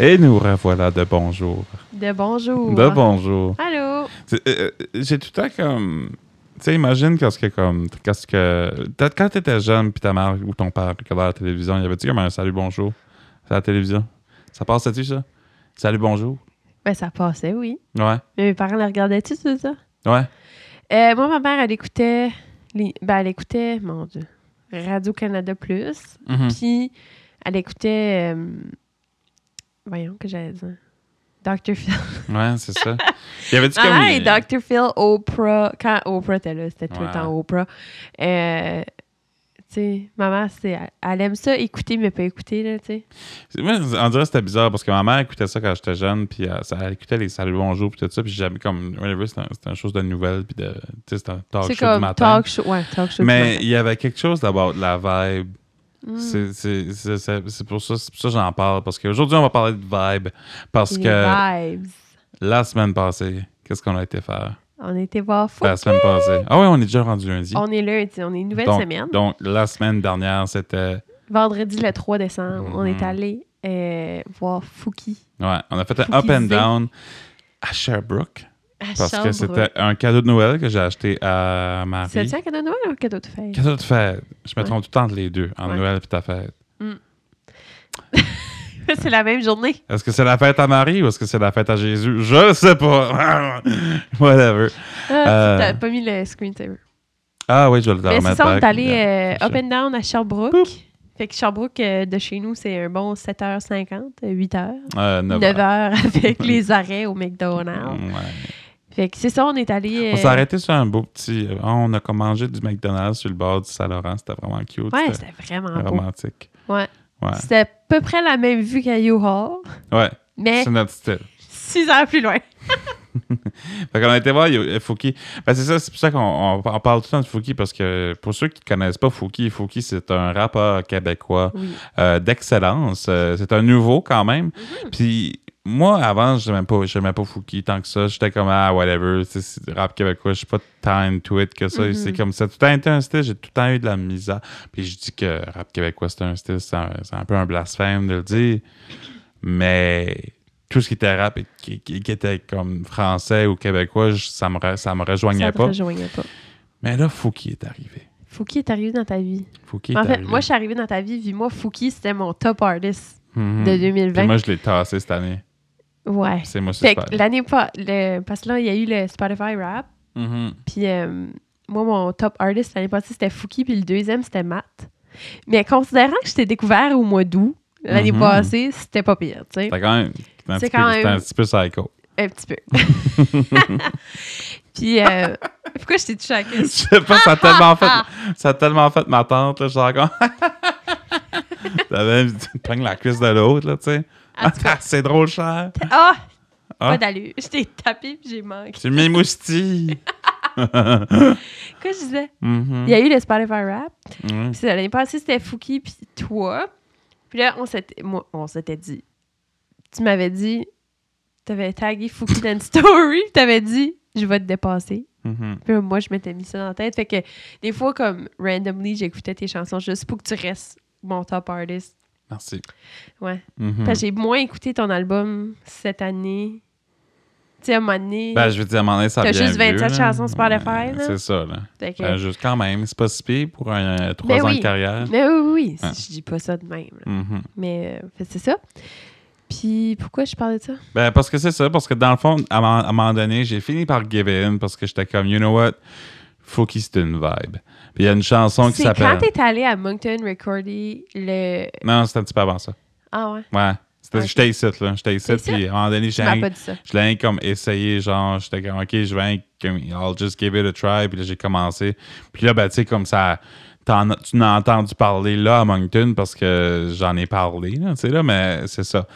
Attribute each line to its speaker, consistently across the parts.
Speaker 1: Et nous revoilà de bonjour.
Speaker 2: De bonjour.
Speaker 1: De bonjour.
Speaker 2: Allô?
Speaker 1: C'est- euh, euh, J'ai tout le temps comme. Tu sais, imagine quand ce que comme. Quand ce que. t'as- Quand t'étais jeune, puis ta mère ou ton père regardait la télévision, il y avait-tu comme un salut bonjour à la télévision? Ça passait-tu, ça? Salut bonjour?
Speaker 2: Ben, ça passait, oui.
Speaker 1: Ouais.
Speaker 2: Mais mes parents le regardaient-tu, tout ça?
Speaker 1: Ouais.
Speaker 2: Euh, moi, ma mère, elle écoutait. les- Ben, elle écoutait, mon Dieu, Radio-Canada Plus.
Speaker 1: Mhm.
Speaker 2: Puis, elle écoutait. euh, Voyons que j'allais dire. Dr. Phil.
Speaker 1: Ouais, c'est ça. Il y avait-tu comme.
Speaker 2: Ah, et Dr. Phil, Oprah. Quand Oprah était là, c'était tout
Speaker 1: Ouais.
Speaker 2: le temps Oprah. Euh, tu sais, maman, c'est, elle, elle aime ça écouter, mais pas écouter, là, tu sais.
Speaker 1: Moi, on dirait que c'était bizarre parce que ma mère écoutait ça quand j'étais jeune, puis euh, ça- elle écoutait les saluts bonjour, puis tout ça, puis j'avais comme. whatever, C'était un- c'était une chose de nouvelles, puis de. Tu sais, c'était un talk
Speaker 2: C'est
Speaker 1: show du
Speaker 2: comme
Speaker 1: matin.
Speaker 2: talk show. Ouais, talk show. du
Speaker 1: Mais
Speaker 2: matin.
Speaker 1: il y avait quelque chose d'abord de la vibe.
Speaker 2: Mm.
Speaker 1: C'est- C'est c'est- c'est- c'est pour ça, c'est pour ça que j'en parle. Parce qu'aujourd'hui, on va parler de vibe. Parce
Speaker 2: Les
Speaker 1: que
Speaker 2: vibes.
Speaker 1: la semaine passée, qu'est-ce qu'on a été faire?
Speaker 2: On était voir fou.
Speaker 1: La semaine passée. Ah oui, on est déjà rendu lundi.
Speaker 2: On est lundi, on est une nouvelle
Speaker 1: donc,
Speaker 2: semaine.
Speaker 1: donc, la semaine dernière, c'était.
Speaker 2: Vendredi le 3 décembre, on est
Speaker 1: Mhm.
Speaker 2: allé euh, voir Fouki
Speaker 1: Ouais, on a fait un
Speaker 2: Faut
Speaker 1: up and
Speaker 2: qu'ils aient-
Speaker 1: down à Sherbrooke.
Speaker 2: à
Speaker 1: Parce que
Speaker 2: Sherbrooke.
Speaker 1: c'était un cadeau de Noël que j'ai acheté à Marie.
Speaker 2: C'était un cadeau de Noël ou un cadeau de fête?
Speaker 1: Cadeau de fête. Je me
Speaker 2: Ouais.
Speaker 1: trompe tout le temps entre les deux, en
Speaker 2: Ouais.
Speaker 1: Noël et ta fête.
Speaker 2: C'est la même journée.
Speaker 1: Est-ce que c'est la fête à Marie ou est-ce que c'est la fête à Jésus? Je sais pas. Whatever.
Speaker 2: Ah,
Speaker 1: Euh.
Speaker 2: T'as pas mis le screensaver.
Speaker 1: Ah oui, je vais le
Speaker 2: Mais
Speaker 1: remettre
Speaker 2: c'est ça, on est
Speaker 1: back.
Speaker 2: allé euh,
Speaker 1: c'est
Speaker 2: up and down à Sherbrooke. Fait que Sherbrooke, euh, de chez nous, c'est un bon 7h50, 8h,
Speaker 1: Euh, neuf
Speaker 2: 9h
Speaker 1: heures.
Speaker 2: avec les arrêts au McDonald's.
Speaker 1: Ouais.
Speaker 2: Fait que c'est ça, on est allé.
Speaker 1: Mm. On
Speaker 2: euh,
Speaker 1: s'est arrêté sur un beau petit. ah, On a comme mangé du McDonald's sur le bord du Saint-Laurent. C'était vraiment cute.
Speaker 2: Ouais,
Speaker 1: c'était
Speaker 2: c'était vraiment beau.
Speaker 1: romantique.
Speaker 2: Ouais.
Speaker 1: Ouais.
Speaker 2: C'était à peu près la même vue qu'à Yohar,
Speaker 1: Ouais,
Speaker 2: mais
Speaker 1: c'est notre style.
Speaker 2: 6 heures plus loin.
Speaker 1: Fait qu'on a été voir Yo- Fouki. Ben, c'est ça, c'est pour ça qu'on on- on parle tout le temps de Fouki parce que pour ceux qui ne connaissent pas Fouki, Fouki, c'est un rappeur québécois
Speaker 2: Oui.
Speaker 1: euh, d'excellence. Euh, c'est un nouveau quand même.
Speaker 2: Mm-hmm.
Speaker 1: Puis moi, avant, je n'aimais pas, j'aimais pas Fouki tant que ça. J'étais comme, ah, whatever, tu sais, c'est rap québécois, je suis pas tant into it que ça.
Speaker 2: Mhm.
Speaker 1: C'est comme ça. a Tout le temps été un style, j'ai tout le temps eu de la misère. Puis je dis que rap québécois, c'est un style, c'est un, c'est un peu un blasphème de le dire. Mais tout ce qui était rap et qui, qui- qui était comme français ou québécois, je- ça me, re- ça me rejoignait
Speaker 2: Ça te
Speaker 1: pas.
Speaker 2: rejoignait pas.
Speaker 1: Mais là, Fouki est arrivé.
Speaker 2: Fouki est arrivé dans ta vie.
Speaker 1: Fouki est
Speaker 2: en fait,
Speaker 1: arrivé.
Speaker 2: moi, je suis arrivée dans ta vie, puis moi, Fouki, c'était mon top artist
Speaker 1: Mhm.
Speaker 2: de
Speaker 1: Puis
Speaker 2: 2020.
Speaker 1: moi, je l'ai tassé cette année.
Speaker 2: ouais.
Speaker 1: C'est moi, c'est
Speaker 2: Fait
Speaker 1: super.
Speaker 2: que l'année pas le- parce que là, il y a eu le Spotify Rap,
Speaker 1: Mhm.
Speaker 2: puis euh, moi, mon top artist l'année passée, c'était Fouki, puis le deuxième, c'était Matt. Mais considérant que je t'ai découvert au mois d'août, l'année
Speaker 1: Mhm.
Speaker 2: passée, c'était pas pire, tu sais.
Speaker 1: C'était quand même un petit
Speaker 2: C'est
Speaker 1: peu-
Speaker 2: quand
Speaker 1: c'était un
Speaker 2: même-
Speaker 1: petit peu psycho.
Speaker 2: Un petit peu. puis, euh, pourquoi je t'ai touché à la cuisse?
Speaker 1: Je sais pas, ça a tellement fait, ça a tellement fait ma tante, là, je suis encore. T'as même prends la cuisse de l'autre, là, tu sais.
Speaker 2: En tout cas,
Speaker 1: c'est drôle, cher.
Speaker 2: Ah!
Speaker 1: Ah.
Speaker 2: Pas d'allure. Je t'ai tapé puis j'ai manqué.
Speaker 1: Tu m'émoustilles.
Speaker 2: Quoi je disais?
Speaker 1: Mhm.
Speaker 2: Il y a eu le Spotify Rap.
Speaker 1: Mhm.
Speaker 2: Puis c'est- l'année passée, c'était Fouki puis toi. Puis là, on s'était, moi, on s'était dit. Tu m'avais dit, t'avais tagué Fouki dans une story. Puis t'avais dit, je vais te dépasser.
Speaker 1: Mhm.
Speaker 2: Puis là, moi, je m'étais mis ça dans la tête. Fait que des fois, comme randomly, j'écoutais tes chansons juste pour que tu restes mon top artist.
Speaker 1: Merci.
Speaker 2: Ouais.
Speaker 1: Mhm.
Speaker 2: Parce que j'ai moins écouté ton album cette année. Tu sais, à un moment donné.
Speaker 1: Ben, je veux dire, à un moment donné, ça
Speaker 2: T'as
Speaker 1: vient
Speaker 2: juste
Speaker 1: vieux,
Speaker 2: 27
Speaker 1: là.
Speaker 2: chansons sur Spotify,
Speaker 1: Ouais,
Speaker 2: là.
Speaker 1: C'est ça, là.
Speaker 2: fait que-
Speaker 1: Ben, juste quand même, c'est pas si pire pour un 3
Speaker 2: Ben
Speaker 1: ans
Speaker 2: oui.
Speaker 1: de carrière.
Speaker 2: Mais oui, oui, oui, si-
Speaker 1: Ah.
Speaker 2: je dis pas ça de même. là.
Speaker 1: Mhm.
Speaker 2: Mais euh, fait, c'est ça. Puis pourquoi je parlais de ça?
Speaker 1: Ben, parce que c'est ça, parce que dans le fond, à, mon- à un moment donné, j'ai fini par give in parce que j'étais comme, you know what, faut qu'il c'est une vibe. Puis il y a une chanson qui
Speaker 2: C'est quand
Speaker 1: s'appelle.
Speaker 2: t'es allé à Moncton recorder le.
Speaker 1: Non, c'était un petit peu avant ça.
Speaker 2: Ah ouais,
Speaker 1: Ouais. C'était-
Speaker 2: Ok.
Speaker 1: J'étais ici, là. J'étais ici,
Speaker 2: T'es ici?
Speaker 1: puis à un moment donné,
Speaker 2: tu
Speaker 1: j'ai
Speaker 2: m'as
Speaker 1: un-
Speaker 2: pas dit ça.
Speaker 1: je l'ai comme essayé, genre, j'étais comme, OK, je vais, comme, I'll just give it a try, puis là, j'ai commencé. Puis là, ben, tu sais, comme ça, t'en as- tu n'as entendu parler là à Moncton parce que j'en ai parlé, là, tu sais, là, mais c'est ça.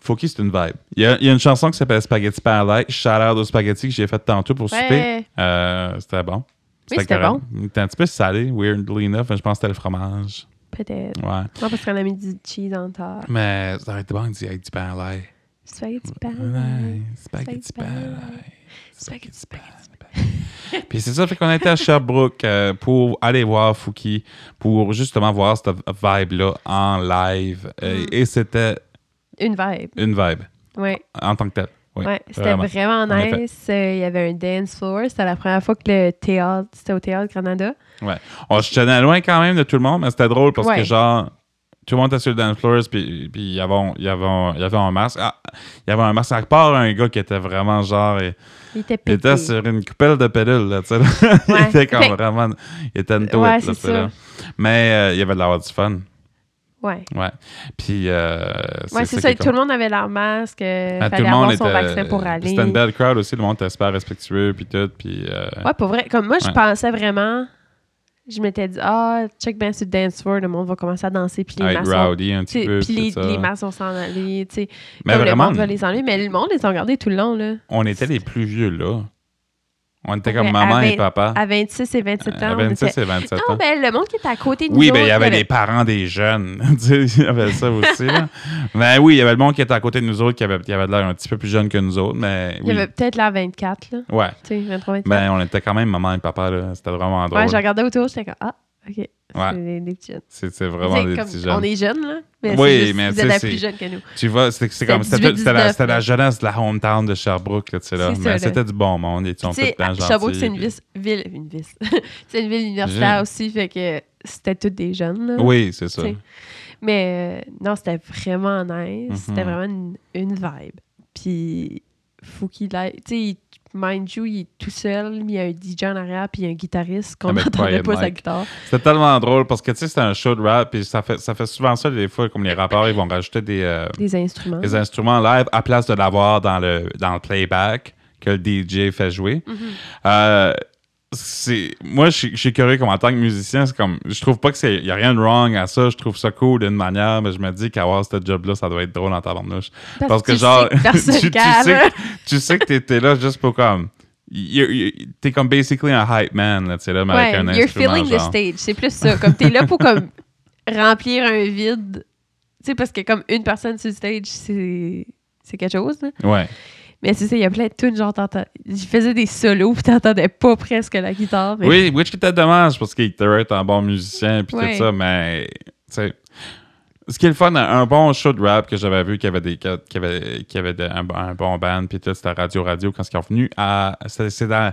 Speaker 1: Fouki, c'est une vibe. Il y, a, il y a une chanson qui s'appelle Spaghetti Paradise, Chaleur de spaghetti que j'ai faite tantôt pour souper.
Speaker 2: Ouais,
Speaker 1: Euh, c'était bon.
Speaker 2: Oui, c'était
Speaker 1: correct.
Speaker 2: bon.
Speaker 1: Il était un petit peu salé, weirdly enough, mais je pense que c'était le fromage.
Speaker 2: peut-être.
Speaker 1: Ouais.
Speaker 2: Non, parce qu'on a mis du cheese en tard.
Speaker 1: Mais ça aurait été bon dit avec du pain à l'ail.
Speaker 2: Spaghetti
Speaker 1: Ouais,
Speaker 2: pain.
Speaker 1: spaghetti pain à l'ail.
Speaker 2: Spaghetti pain.
Speaker 1: Puis c'est ça, fait qu'on était à Sherbrooke euh, pour aller voir Fouki, pour justement voir cette vibe-là en live. Euh,
Speaker 2: Mm.
Speaker 1: Et c'était
Speaker 2: Une vibe.
Speaker 1: Une vibe,
Speaker 2: Ouais.
Speaker 1: en tant que telle. Oui,
Speaker 2: ouais, c'était
Speaker 1: vraiment.
Speaker 2: vraiment,
Speaker 1: En effet.
Speaker 2: nice. Euh, Il y avait un dance floor. C'était la première fois que le théâtre, c'était au théâtre Granada.
Speaker 1: On se tenait loin quand même de tout le monde, mais c'était drôle parce que,
Speaker 2: Ouais.
Speaker 1: genre, tout le monde était sur le dance floor, puis puis il y avait, il y avait, un- il y avait un masque. Ah, il y avait un masque. À part un gars qui était vraiment genre. euh, Il,
Speaker 2: Il était
Speaker 1: il
Speaker 2: pété.
Speaker 1: était sur une coupelle de pédule, là, tu sais. là. il
Speaker 2: Ouais.
Speaker 1: était comme
Speaker 2: Fait-
Speaker 1: vraiment. Il était une tweet,
Speaker 2: Ouais, c'est
Speaker 1: là, tu sais, là. Mais euh, il y avait de l'avoir du fun.
Speaker 2: Ouais.
Speaker 1: Ouais. Puis. euh,
Speaker 2: Ouais, c'est
Speaker 1: qui
Speaker 2: ça.
Speaker 1: est
Speaker 2: Tout le monde avait leur masque. euh,
Speaker 1: Ah,
Speaker 2: fallait avoir son vaccin pour
Speaker 1: euh,
Speaker 2: aller.
Speaker 1: C'était une belle crowd aussi, le monde était super respectueux, puis tout, puis... euh,
Speaker 2: Ouais, pour vrai. Comme moi, je
Speaker 1: Ouais.
Speaker 2: pensais vraiment. Je m'étais dit, ah, check bien sur le dance floor, le monde va commencer à danser, puis
Speaker 1: à
Speaker 2: les
Speaker 1: être
Speaker 2: masques. vont-
Speaker 1: rowdy un
Speaker 2: tu sais,
Speaker 1: petit peu,
Speaker 2: Puis les,
Speaker 1: tout ça.
Speaker 2: les masques vont s'en aller, tu sais.
Speaker 1: Mais
Speaker 2: comme le
Speaker 1: vraiment,
Speaker 2: monde va les enlever, mais le monde les a regardés tout le long, là.
Speaker 1: on était les plus vieux, là. On était
Speaker 2: Ouais,
Speaker 1: comme
Speaker 2: à
Speaker 1: maman et
Speaker 2: vingt-
Speaker 1: papa.
Speaker 2: À 26 et 27 ans,
Speaker 1: Euh, À
Speaker 2: on
Speaker 1: 26
Speaker 2: était-
Speaker 1: et 27
Speaker 2: Non,
Speaker 1: ans.
Speaker 2: ben, le monde qui était à côté de
Speaker 1: Oui,
Speaker 2: nous.
Speaker 1: ben il y
Speaker 2: autres,
Speaker 1: avait les parents des jeunes. Tu sais, il y avait ça aussi, là. Ben oui, il y avait le monde qui était à côté de nous autres, qui avait, qui avait de l'air un petit peu plus jeune que nous autres, mais
Speaker 2: Il y
Speaker 1: oui.
Speaker 2: avait peut-être la 24, là.
Speaker 1: Ouais.
Speaker 2: Tu sais, 23, 24.
Speaker 1: Ben, on était quand même maman et papa, là. C'était vraiment drôle.
Speaker 2: ouais, je regardais autour, j'étais comme, ah, OK.
Speaker 1: Ouais.
Speaker 2: C'est des, des petits jeunes.
Speaker 1: C'est c'est vraiment
Speaker 2: Tu sais,
Speaker 1: des
Speaker 2: comme,
Speaker 1: petits jeunes.
Speaker 2: On est jeunes, là. Mais
Speaker 1: Oui,
Speaker 2: c'est juste,
Speaker 1: mais
Speaker 2: vous
Speaker 1: tu
Speaker 2: êtes
Speaker 1: sais,
Speaker 2: la
Speaker 1: c'est-
Speaker 2: plus jeune que nous.
Speaker 1: Tu vois, c'est c'est
Speaker 2: C'était
Speaker 1: comme. C'était
Speaker 2: 18-19,
Speaker 1: c'était la, c'était
Speaker 2: là.
Speaker 1: la jeunesse de la hometown de Sherbrooke, là, tu sais, là.
Speaker 2: C'est ça,
Speaker 1: Mais
Speaker 2: là.
Speaker 1: c'était du bon monde. Ils sont
Speaker 2: Tu
Speaker 1: tout le
Speaker 2: sais,
Speaker 1: temps
Speaker 2: à
Speaker 1: gentils.
Speaker 2: Sherbrooke, c'est une
Speaker 1: puis-
Speaker 2: vis- ville, une ville. c'est une ville universitaire
Speaker 1: Je-
Speaker 2: aussi, fait que c'était toutes des jeunes, là.
Speaker 1: Oui, c'est ça.
Speaker 2: Tu sais. Mais euh, non, c'était vraiment nice.
Speaker 1: Mhm.
Speaker 2: C'était vraiment une, une vibe. Puis, faut qu'il aille. Tu sais, il- mind you, il est tout seul. mais Il y a un DJ en arrière, puis il y a un guitariste qu'on
Speaker 1: Avec
Speaker 2: n'entendait
Speaker 1: Quiet
Speaker 2: pas sa
Speaker 1: Ah, ben, Mike.
Speaker 2: guitare.
Speaker 1: C'était tellement drôle parce que, tu sais, c'était un show de rap. Puis ça fait, ça fait souvent ça, des fois, comme les rappeurs, ils vont rajouter des, euh,
Speaker 2: Des instruments.
Speaker 1: des instruments live à place de l'avoir dans le, dans le playback que le DJ fait jouer.
Speaker 2: Mhm.
Speaker 1: Euh, c'est- moi, je suis- je suis curieux comme en tant que musicien, c'est comme, je trouve pas que c'est, y a rien de wrong à ça, je trouve ça cool d'une manière, mais je me dis qu'avoir ce job-là, ça doit être drôle en tabarnouche.
Speaker 2: Parce
Speaker 1: Parce que,
Speaker 2: que tu
Speaker 1: genre,
Speaker 2: sais que personne
Speaker 1: tu, tu
Speaker 2: calme.
Speaker 1: sais, tu sais que t'es- t'es là juste pour comme. you- you- T'es comme basically un hype man, là, tu sais, là, mais avec
Speaker 2: Ouais,
Speaker 1: un
Speaker 2: you're
Speaker 1: instrument.
Speaker 2: feeling the
Speaker 1: genre.
Speaker 2: stage. C'est plus ça. Comme t'es là pour comme remplir un vide. Tu sais, parce que comme une personne sur le stage, c'est c'est quelque chose. là.
Speaker 1: Ouais.
Speaker 2: Mais c'est ça, il y a plein de tunes, genre, t'entends- je faisais des solos, puis t'entendais pas presque la guitare. mais-
Speaker 1: Oui, which était dommage parce qu'il était un bon musicien puis
Speaker 2: Ouais.
Speaker 1: tout ça, mais tu sais. Ce qui est le fun, un un bon show de rap que j'avais vu, qui avait des qui avait, qui avait de- un, un bon band, puis tout, c'était Radio Radio quand ils sont venus à. C'était c'est dans,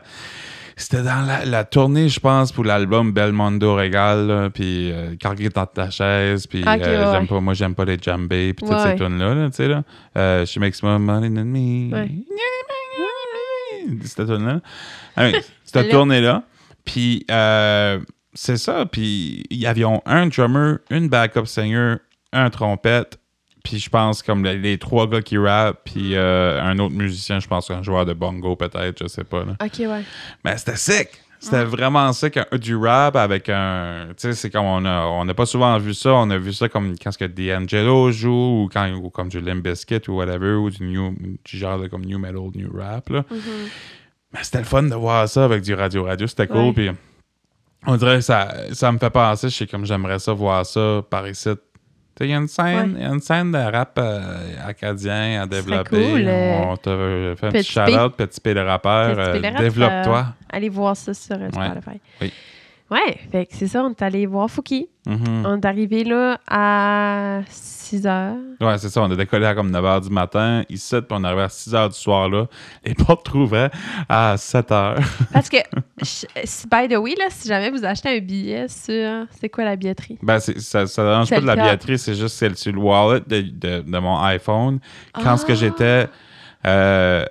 Speaker 1: c'était dans la, la tournée, je pense, pour l'album Belmondo Regal, là, puis euh, Cargué dans ta chaise, puis
Speaker 2: Ok,
Speaker 1: euh,
Speaker 2: ouais,
Speaker 1: j'aime
Speaker 2: ouais.
Speaker 1: pas, moi j'aime pas les jambés, puis toutes
Speaker 2: Ouais,
Speaker 1: ces
Speaker 2: ouais.
Speaker 1: tunes-là, là, tu sais, là. Euh, She makes more money than me.
Speaker 2: Ouais.
Speaker 1: Cette tune-là. Ah oui, cette
Speaker 2: Celle-là.
Speaker 1: tournée-là. Puis, euh, c'est ça. Puis, il y avait un drummer, une backup singer, un trompette. Puis, je pense, comme les, les trois gars qui rappent. Puis, euh, un autre musicien, je pense, un joueur de bongo, peut-être, je sais pas. là.
Speaker 2: Ok, ouais.
Speaker 1: Mais c'était sick! C'était vraiment sick, un- du rap avec un... Tu sais, c'est comme on a... On n'a pas souvent vu ça. On a vu ça comme quand ce que D'Angelo joue ou, quand, ou comme du Limp Bizkit ou whatever, ou du, new, du genre de comme new metal, new rap, là.
Speaker 2: Mm-hmm.
Speaker 1: Mais c'était le fun de voir ça avec du radio-radio. C'était cool,
Speaker 2: Ouais.
Speaker 1: puis... On dirait que ça, ça me fait penser, je sais comme j'aimerais ça voir ça par ici. Tu sais, il y a une scène, il y a une scène de rap euh, acadien à
Speaker 2: serait
Speaker 1: développer.
Speaker 2: cool, euh,
Speaker 1: On te fait un
Speaker 2: Petit
Speaker 1: petit shout-out, Petit P le rappeur.
Speaker 2: Petit P le
Speaker 1: euh,
Speaker 2: rappeur.
Speaker 1: Développe-toi.
Speaker 2: Allez voir ça sur euh, Spotify.
Speaker 1: Oui.
Speaker 2: Ouais, fait que c'est ça, on est allé voir Fouki.
Speaker 1: Mhm.
Speaker 2: On est arrivé là à 6 heures.
Speaker 1: Ouais, c'est ça. On a décollé à comme 9 h du matin, ici, puis on est arrivé à 6 h du soir, là. Les portes trouvaient à 7 h.
Speaker 2: Parce que, je- si- by the way, là, si jamais vous achetez un billet sur. C'est quoi la billetterie?
Speaker 1: Ben, c'est- ça, ça dérange
Speaker 2: C'est
Speaker 1: pas de la
Speaker 2: le cas.
Speaker 1: billetterie, c'est juste celle sur le wallet de, de- de mon iPhone. Quand ce que
Speaker 2: Ah!
Speaker 1: j'étais euh,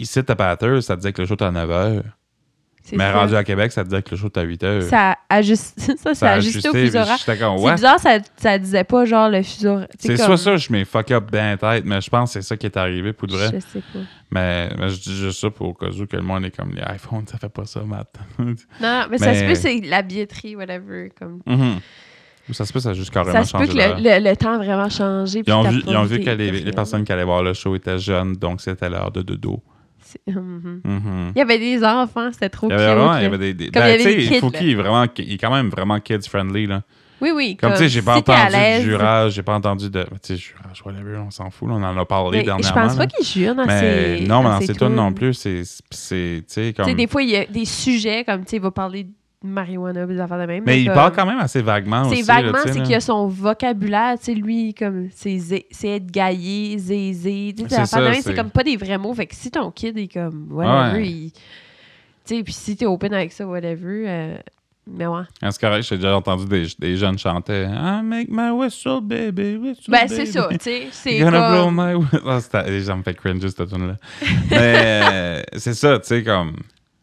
Speaker 1: ici à Patters, ça disait que le show était à 9 h.
Speaker 2: C'est
Speaker 1: Mais
Speaker 2: ça.
Speaker 1: rendu à euh, Québec, ça disait que le show était à 8 h.
Speaker 2: Ça a ajusté, ça, ça a ajusté au fuseau horaire.
Speaker 1: J'étais comme,
Speaker 2: C'est
Speaker 1: ouais.
Speaker 2: bizarre, ça, ça disait pas genre le fuseau horaire.
Speaker 1: C'est
Speaker 2: comme-
Speaker 1: soit ça, je m'ai fuck up bien tête, mais je pense que c'est ça qui est arrivé pour de vrai.
Speaker 2: Je sais pas.
Speaker 1: Mais, mais je dis juste ça pour au cas où que le monde est comme les iPhones, ça fait pas ça, Matt.
Speaker 2: Non, mais, ça se
Speaker 1: Mais-
Speaker 2: peut, c'est la billetterie, whatever. Comme...
Speaker 1: Mhm. Ou ça se peut, ça a juste carrément
Speaker 2: Ça se peut
Speaker 1: changé.
Speaker 2: que
Speaker 1: d'heure.
Speaker 2: le, le- le temps a vraiment changé.
Speaker 1: ils,
Speaker 2: puis
Speaker 1: ont
Speaker 2: t'as
Speaker 1: vu,
Speaker 2: pas
Speaker 1: ils ont vu
Speaker 2: été-
Speaker 1: que les,
Speaker 2: t'as
Speaker 1: les
Speaker 2: rien.
Speaker 1: personnes qui allaient voir le show étaient jeunes, donc c'était l'heure de dodo.
Speaker 2: C'est- Mhm.
Speaker 1: Mhm.
Speaker 2: Il y avait des enfants, c'était trop
Speaker 1: Il y
Speaker 2: cute.
Speaker 1: avait vraiment,
Speaker 2: là.
Speaker 1: il y avait des, des-
Speaker 2: Comme
Speaker 1: ben,
Speaker 2: il y avait
Speaker 1: tu sais,
Speaker 2: des kids,
Speaker 1: Fouki est vraiment, il est quand même vraiment kids friendly là.
Speaker 2: Oui, oui.
Speaker 1: Comme, tu sais, j'ai pas
Speaker 2: si t'es à
Speaker 1: entendu
Speaker 2: l'aise,
Speaker 1: de jurage, j'ai pas entendu de, tu sais, jurage, whatever, on s'en fout, là, on en a parlé
Speaker 2: mais
Speaker 1: dernièrement.
Speaker 2: Je pense
Speaker 1: là.
Speaker 2: pas hein, qu'ils jurent dans
Speaker 1: mais
Speaker 2: ces
Speaker 1: non, mais
Speaker 2: dans
Speaker 1: dans
Speaker 2: ces
Speaker 1: ces tunes
Speaker 2: tunes.
Speaker 1: non plus, c'est, c'est, tu sais,
Speaker 2: Tu sais,
Speaker 1: comme,
Speaker 2: des fois, il y a des sujets comme, tu sais, il va parler marijuana, des affaires de même.
Speaker 1: Mais il
Speaker 2: comme-
Speaker 1: parle quand même assez vaguement aussi.
Speaker 2: C'est
Speaker 1: Ah, là,
Speaker 2: vaguement,
Speaker 1: tu sais,
Speaker 2: c'est
Speaker 1: là.
Speaker 2: qu'il y a son vocabulaire, tu sais, lui, comme, c'est zé- c'est être gaillé, zézé, tu sais,
Speaker 1: C'est
Speaker 2: des affaires de
Speaker 1: ça,
Speaker 2: même, c'est
Speaker 1: c'est-
Speaker 2: comme pas des vrais mots. Fait que si ton kid est comme, whatever,
Speaker 1: Ouais.
Speaker 2: il- tu sais, puis si t'es open avec ça, whatever, euh, mais ouais.
Speaker 1: Ah, C'est correct, j'ai déjà entendu des, des jeunes chanter I make my whistle, baby. Whistle,
Speaker 2: Ben, c'est
Speaker 1: baby.
Speaker 2: ça, tu sais, c'est
Speaker 1: You're gonna blow
Speaker 2: comme...
Speaker 1: my whistle. Ah, c'était- ça me fait cringe, cette tune-là. Mais euh, c'est ça, tu sais, comme.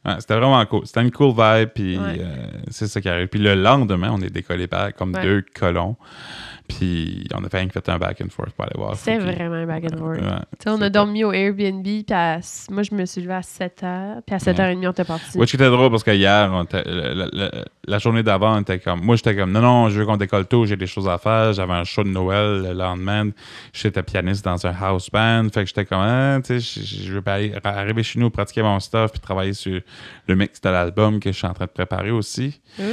Speaker 1: ouais, c'était vraiment cool. C'était une cool vibe, puis
Speaker 2: Ouais.
Speaker 1: euh, c'est ça qui arrive. Puis le lendemain, on est décollé par comme
Speaker 2: Ouais.
Speaker 1: deux colons, puis on a fait, fait un back and forth pour aller voir.
Speaker 2: C'est
Speaker 1: Fouki.
Speaker 2: vraiment back and forth.
Speaker 1: Ouais.
Speaker 2: Tu sais, on a
Speaker 1: c'est-
Speaker 2: dormi au Airbnb, puis à- moi, je me suis levée à 7h, puis à 7h30, on était parti.
Speaker 1: Oui, ce qui était drôle parce que hier, on était- le- le- le- la journée d'avant, on était comme. Moi, j'étais comme, non, non, je veux qu'on décolle tôt, j'ai des choses à faire. J'avais un show de Noël le lendemain. J'étais pianiste dans un house band. Fait que j'étais comme, Ah, tu sais, je- je veux pas aller- arriver chez nous, pratiquer mon stuff, puis travailler sur le mix de l'album que je suis en train de préparer aussi.
Speaker 2: Ouh.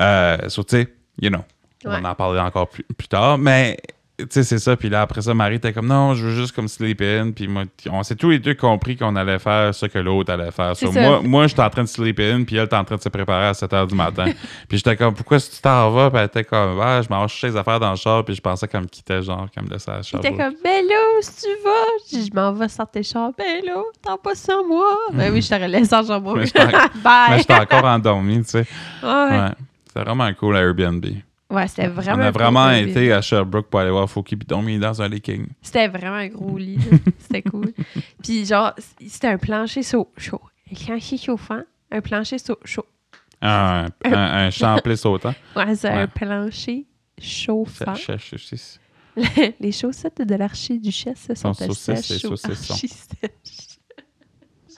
Speaker 1: Euh, so, tu sais, you know,
Speaker 2: Ouais.
Speaker 1: on en parlait encore plus, plus tard, mais. Tu sais, c'est ça. Puis là, après ça, Marie était comme, non, je veux juste comme sleep in. Puis moi, on s'est tous les deux compris qu'on allait faire ce que l'autre allait faire.
Speaker 2: C'est
Speaker 1: So,
Speaker 2: ça.
Speaker 1: moi, moi, j'étais en train de sleep in, puis elle était en train de se préparer à 7 h du matin. puis j'étais comme, pourquoi est-ce que tu t'en vas? Puis elle était comme, ah, je m'en vais chercher les affaires dans le char, puis je pensais qu'elle me quittait, genre, qu'elle me laissait à la
Speaker 2: Il
Speaker 1: charge.
Speaker 2: était comme, ben Bello, si tu vas, Je dis, je m'en vais sans tes chars. Bello, Ben t'en pas sans moi. Ben oui, je te relaisse sans jambon.
Speaker 1: Mais j'étais en- Mais
Speaker 2: Bye.
Speaker 1: j'étais encore endormi, tu sais.
Speaker 2: Ah ouais,
Speaker 1: Ouais. C'était vraiment cool à Airbnb.
Speaker 2: Ouais, c'était vraiment.
Speaker 1: On a
Speaker 2: un
Speaker 1: vraiment
Speaker 2: gros lit.
Speaker 1: été à Sherbrooke pour aller voir Fouki, puis dormir dans un leaking.
Speaker 2: C'était vraiment un gros lit. là. C'était cool. Puis genre, c'était un plancher sau- chaud. Un plancher chauffant. Un plancher sau- chaud.
Speaker 1: Un, un, un champlé sautant.
Speaker 2: Ouais, c'est un
Speaker 1: Ouais.
Speaker 2: plancher chauffant.
Speaker 1: Ch- ch- ch- ch-
Speaker 2: Les chaussettes de l'archiduchesse se sont
Speaker 1: Sont saucisses
Speaker 2: sèches
Speaker 1: et
Speaker 2: au
Speaker 1: saucissons.
Speaker 2: archi-sèche.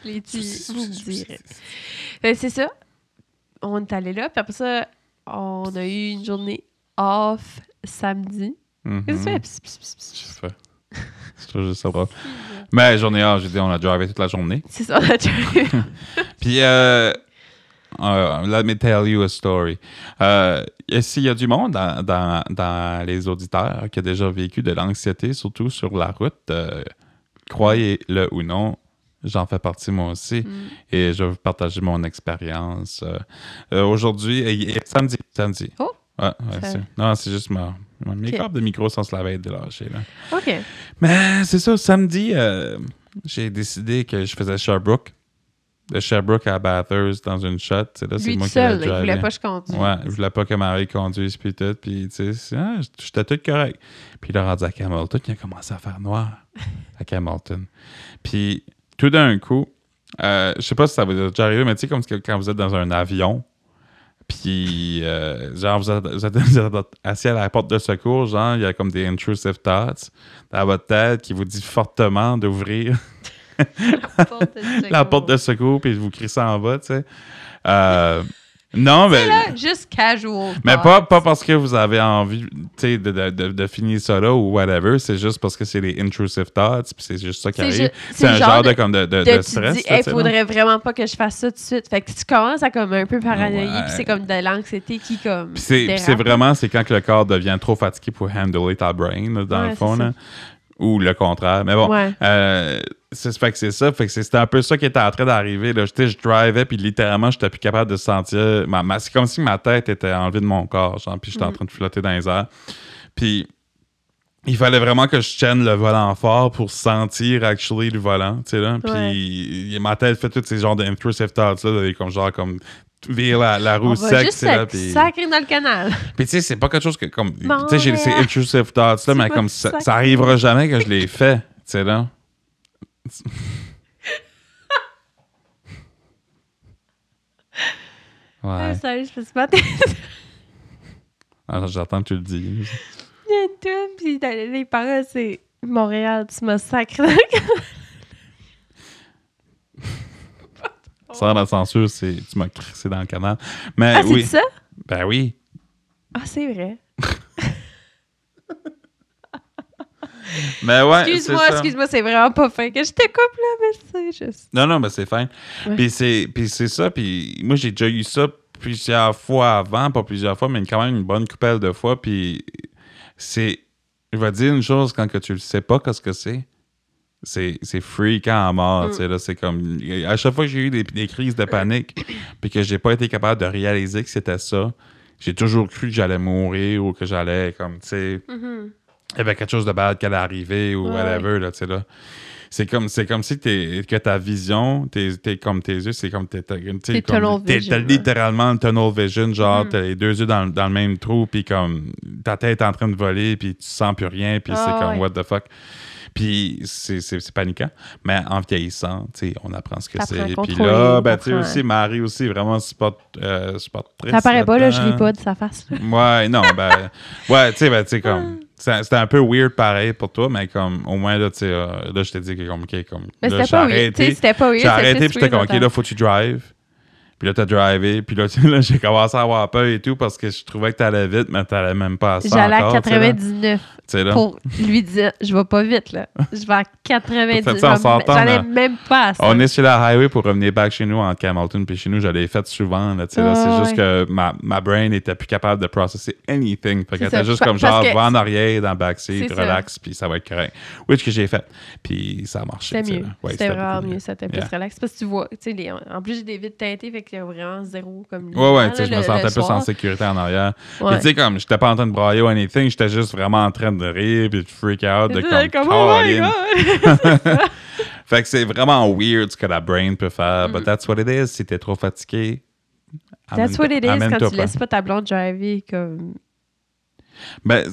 Speaker 2: Je l'ai dit, vous me direz.
Speaker 1: ch-
Speaker 2: Fait que c'est ça. On est allé là, puis après ça, on a eu une journée off samedi.
Speaker 1: Mhm.
Speaker 2: Qu'est-ce que tu fais? Pss, pss, pss,
Speaker 1: Je
Speaker 2: pss.
Speaker 1: sais pas. Je trouve juste ça drôle. Mais journée A, j'ai dit, on a drivé toute la journée.
Speaker 2: C'est ça, on a déjà eu.
Speaker 1: Puis, euh, euh, let me tell you a story. Euh, et S'il y a du monde dans, dans- dans les auditeurs qui a déjà vécu de l'anxiété, surtout sur la route, euh, croyez-le ou non, j'en fais partie moi aussi.
Speaker 2: Mm.
Speaker 1: Et je vais vous partager mon expérience. euh, euh, Aujourd'hui, et- et samedi, samedi.
Speaker 2: Oh!
Speaker 1: Ouais, ouais,
Speaker 2: Ça-
Speaker 1: c'est- non, c'est juste mon, mon make-up de micro sans se laver de lâcher. Là.
Speaker 2: OK.
Speaker 1: Mais c'est ça, samedi, euh, j'ai décidé que je faisais Sherbrooke. De Sherbrooke à Bathurst dans une shot. tu sais, Là, c'est
Speaker 2: Lui tout
Speaker 1: moi qui
Speaker 2: seul,
Speaker 1: allais
Speaker 2: là, il voulait
Speaker 1: driver.
Speaker 2: pas que je conduise.
Speaker 1: Ouais, je voulais pas que Marie conduise, puis tout. Puis, tu sais, c'est- ah, j'étais tout correct. Puis, là, rendu à Camelton, il a commencé à faire noir à Camelton. Puis, tout d'un coup, euh, je sais pas si ça vous est déjà arrivé, mais tu sais, comme que- quand vous êtes dans un avion, puis, euh, genre, vous êtes, vous êtes- vous êtes assis à la porte de secours, genre, il y a comme des intrusive thoughts dans votre tête qui vous dit fortement d'ouvrir
Speaker 2: La porte de secours.
Speaker 1: la porte de secours, puis vous crissez en bas, tu sais. Euh, non, mais.
Speaker 2: Là, juste casual.
Speaker 1: Mais
Speaker 2: talk.
Speaker 1: pas, pas parce que vous avez envie tu sais, de, de, de, de finir ça là ou whatever, c'est juste parce que c'est des intrusive thoughts, puis c'est juste ça qui
Speaker 2: C'est
Speaker 1: arrive.
Speaker 2: ju-
Speaker 1: C'est un genre de, comme de, de,
Speaker 2: de
Speaker 1: de
Speaker 2: tu
Speaker 1: stress.
Speaker 2: dis,
Speaker 1: là,
Speaker 2: hey,
Speaker 1: tu sais,
Speaker 2: faudrait vraiment pas que je fasse ça tout de suite. Fait que tu commences à comme un peu paranoïer,
Speaker 1: Ouais.
Speaker 2: puis c'est comme de l'anxiété qui comme.
Speaker 1: Puis c'est- puis c'est
Speaker 2: dérape.
Speaker 1: vraiment, c'est quand que le corps devient trop fatigué pour handler ta brain, là, dans
Speaker 2: Ouais,
Speaker 1: le
Speaker 2: c'est
Speaker 1: fond,
Speaker 2: ça.
Speaker 1: là. ou le contraire. Mais bon,
Speaker 2: Ouais.
Speaker 1: euh, c'est fait que c'est ça. Fait que c'est- c'était un peu ça qui était en train d'arriver. là. Tu sais, Je drivais, puis littéralement, j'étais plus capable de sentir. Ma, ma- c'est comme si ma tête était enlevée de mon corps, genre, puis
Speaker 2: Mm.
Speaker 1: j'étais en train de flotter dans les airs. Puis il fallait vraiment que je tienne le volant fort pour sentir actually le volant, tu sais là. Puis
Speaker 2: Ouais.
Speaker 1: il- ma tête fait tous ces genres d'intrusive thoughts là, de- comme genre comme virer la, la
Speaker 2: On
Speaker 1: roue sec,
Speaker 2: va
Speaker 1: tu
Speaker 2: juste
Speaker 1: sais, là.
Speaker 2: se
Speaker 1: Puis,
Speaker 2: sacrer dans le canal.
Speaker 1: puis tu sais, c'est pas quelque chose que comme, tu sais, j'ai ces
Speaker 2: Montréal.
Speaker 1: intrusive thoughts là,
Speaker 2: Tu
Speaker 1: mais
Speaker 2: vas
Speaker 1: comme
Speaker 2: te
Speaker 1: ça,
Speaker 2: sacrer.
Speaker 1: ça arrivera jamais que je les fais, tu sais là.
Speaker 2: Ah,
Speaker 1: Ouais,
Speaker 2: Sérieux, je peux pas t'aider.
Speaker 1: Alors, j'attends que tu le dises.
Speaker 2: Il y a une toune, puis dans les les paroles, c'est Montréal, tu m'as sacré dans le cœur.
Speaker 1: Sans la censure, c'est tu m'as crissé dans le canal. Mais
Speaker 2: Oh. Ah, c'est
Speaker 1: oui,
Speaker 2: ça?
Speaker 1: ben oui.
Speaker 2: Ah, c'est vrai.
Speaker 1: Mais ouais, c'est
Speaker 2: Excuse-moi,
Speaker 1: ça.
Speaker 2: excuse-moi, c'est vraiment pas fin que je te coupe là, mais c'est juste.
Speaker 1: Non, non, mais c'est fin.
Speaker 2: Ouais.
Speaker 1: Puis c'est puis c'est ça. Puis moi, j'ai déjà eu ça plusieurs fois avant, pas plusieurs fois, mais quand même une bonne coupelle de fois. Puis c'est. Je vais te dire une chose quand que tu le sais pas, qu'est-ce que c'est. c'est c'est freakant à mort,
Speaker 2: Mm.
Speaker 1: tu sais, là, c'est comme... À chaque fois que j'ai eu des, des crises de panique, puis que j'ai pas été capable de réaliser que c'était ça, j'ai toujours cru que j'allais mourir ou que j'allais, comme, tu sais,
Speaker 2: Mhm.
Speaker 1: il y avait quelque chose de bad qui allait arriver ou
Speaker 2: Ouais,
Speaker 1: whatever, là, tu sais, là. C'est comme, c'est comme si t'es- que ta vision, t'es, t'es comme tes yeux, c'est comme... T'es, t'es- tu sais,
Speaker 2: C'est
Speaker 1: comme-
Speaker 2: tunnel
Speaker 1: t'es-
Speaker 2: vision,
Speaker 1: t'as
Speaker 2: là.
Speaker 1: littéralement le tunnel vision, genre,
Speaker 2: Mm.
Speaker 1: t'as les deux yeux dans, le- dans le même trou, puis comme, ta tête est en train de voler, puis tu sens plus rien, puis c'est
Speaker 2: Ah,
Speaker 1: comme,
Speaker 2: ouais.
Speaker 1: what the fuck. Puis c'est, c'est, c'est paniquant, mais en vieillissant, tu sais, on apprend ce que
Speaker 2: T'apprends à
Speaker 1: c'est. Puis
Speaker 2: contrôler,
Speaker 1: là, ben, tu sais,
Speaker 2: t'apprends.
Speaker 1: aussi, Marie aussi, vraiment supporte, euh, supporte
Speaker 2: Ça paraît pas, là, je ris
Speaker 1: là-dedans.
Speaker 2: pas de sa face. là.
Speaker 1: Ouais, non, ben. ouais, tu sais, ben, tu sais, comme. c'est- C'était un peu weird pareil pour toi, mais comme, au moins, là, tu sais, euh, là, je t'ai dit que, comme, ok, comme.
Speaker 2: Mais
Speaker 1: là,
Speaker 2: c'était
Speaker 1: j'ai
Speaker 2: pas weird. Tu sais,
Speaker 1: arrêté.
Speaker 2: c'était pas weird.
Speaker 1: J'ai
Speaker 2: c'était
Speaker 1: arrêté,
Speaker 2: juste
Speaker 1: puis j'étais comme,
Speaker 2: weird
Speaker 1: ok, là, faut que tu drives. Puis là, t'as drivé, puis là, tu- là, j'ai commencé à avoir peur et tout parce que je trouvais que t'allais vite, mais t'allais même pas à
Speaker 2: d'entendre.
Speaker 1: 100
Speaker 2: J'allais à
Speaker 1: encore, tu sais, là.
Speaker 2: 99
Speaker 1: Tu sais, là.
Speaker 2: pour lui dire, je vais pas vite, là. Je vais à 90.
Speaker 1: Ça fait ça, on
Speaker 2: je vais-
Speaker 1: s'entend,
Speaker 2: J'allais
Speaker 1: là.
Speaker 2: même pas à ça.
Speaker 1: hein. On est sur la highway pour revenir back chez nous en Hamilton, puis chez nous, je l'ai fait souvent. Là, tu sais, là, c'est
Speaker 2: Ah,
Speaker 1: juste que ma, ma brain était plus capable de processer anything. Fait
Speaker 2: C'est
Speaker 1: qu'elle était
Speaker 2: ça,
Speaker 1: juste
Speaker 2: pa-
Speaker 1: comme genre,
Speaker 2: parce que-
Speaker 1: va en arrière, dans le backseat,
Speaker 2: C'est ça.
Speaker 1: relax, puis ça va être correct. Which que j'ai fait. Puis ça a marché.
Speaker 2: C'était
Speaker 1: tu sais,
Speaker 2: mieux.
Speaker 1: là. Ouais,
Speaker 2: c'était
Speaker 1: beaucoup
Speaker 2: vraiment mieux. C'était plus
Speaker 1: Yeah.
Speaker 2: relax. Parce que tu vois, tu sais, les- en plus, j'ai des vides teintées, fait qu'il y a vraiment zéro comme.
Speaker 1: Ouais, ouais,
Speaker 2: lumière,
Speaker 1: tu sais, je
Speaker 2: là,
Speaker 1: me
Speaker 2: Ah, le-
Speaker 1: sentais
Speaker 2: le
Speaker 1: plus en
Speaker 2: soir.
Speaker 1: sécurité en arrière. Puis
Speaker 2: Ouais.
Speaker 1: tu sais, comme, j'étais pas en train de brailler ou anything, j'étais juste vraiment en train de rire, puis de freak out, de
Speaker 2: C'est
Speaker 1: comme,
Speaker 2: comme, oh my
Speaker 1: Caroline.
Speaker 2: God!
Speaker 1: Fait que c'est vraiment weird ce que la brain peut faire.
Speaker 2: Mm.
Speaker 1: But that's what it is. Si t'es trop fatigué,
Speaker 2: That's what it is
Speaker 1: amène-toi
Speaker 2: quand tu
Speaker 1: pas.
Speaker 2: laisses pas ta blonde driver. Comme...
Speaker 1: Ben,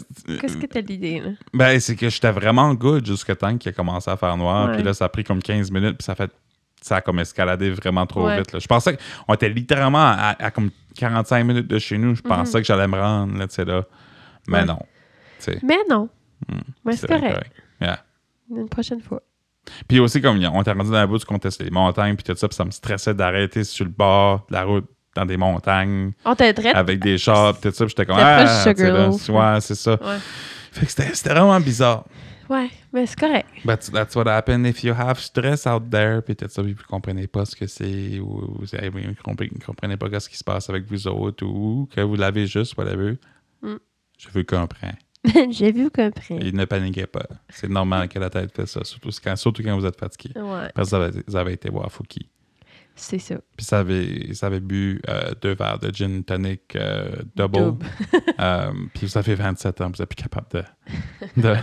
Speaker 2: Qu'est-ce que t'as de l'idée, là?
Speaker 1: Ben, c'est que j'étais vraiment good jusqu'à temps qu'il a commencé à faire noir.
Speaker 2: Ouais.
Speaker 1: Puis là, ça a pris comme 15 minutes. Puis ça a fait. Ça a comme escaladé vraiment trop
Speaker 2: Ouais.
Speaker 1: vite. là. Je pensais qu'on était littéralement à, à comme 45 minutes de chez nous. Je pensais que j'allais me rendre, là, tu sais, là. Mais
Speaker 2: Mm-hmm. Ouais.
Speaker 1: non. Tu sais,
Speaker 2: Mais non. Mais c'est
Speaker 1: hmm, c'est
Speaker 2: correct.
Speaker 1: correct. Yeah.
Speaker 2: Une prochaine fois.
Speaker 1: Puis aussi, comme on était rendu dans la bout du conteste les montagnes, puis tout ça, puis ça me stressait d'arrêter sur le bord de la route dans des montagnes
Speaker 2: On t'aiderait.
Speaker 1: avec des chars, puis tout ça, puis j'étais comme
Speaker 2: C'est
Speaker 1: ah,
Speaker 2: pas
Speaker 1: tu sais, là,
Speaker 2: Sugarloaf, là.
Speaker 1: ouais, c'est ça.
Speaker 2: Ouais.
Speaker 1: Fait que c'était c'était vraiment bizarre.
Speaker 2: Ouais, mais c'est correct.
Speaker 1: But that's what happens if you have stress out there. Puis peut-être ça, puis vous comprenez pas ce que c'est, ou vous ne comprenez, pas ce qui se passe avec vous autres, ou que vous l'avez juste, whatever.
Speaker 2: Mm.
Speaker 1: Je vous comprends.
Speaker 2: J'ai vu qu'un prix.
Speaker 1: Et ne paniquez pas. C'est normal que la tête fait ça, surtout quand, surtout quand vous êtes fatigué.
Speaker 2: Ouais,
Speaker 1: Parce que vous avez, vous avez été voir Fouki.
Speaker 2: c'est ça.
Speaker 1: Puis ça avait, ça avait bu euh, deux verres de gin tonic euh, double. Euh, puis vous avez 27 ans, vous êtes plus capable de, de,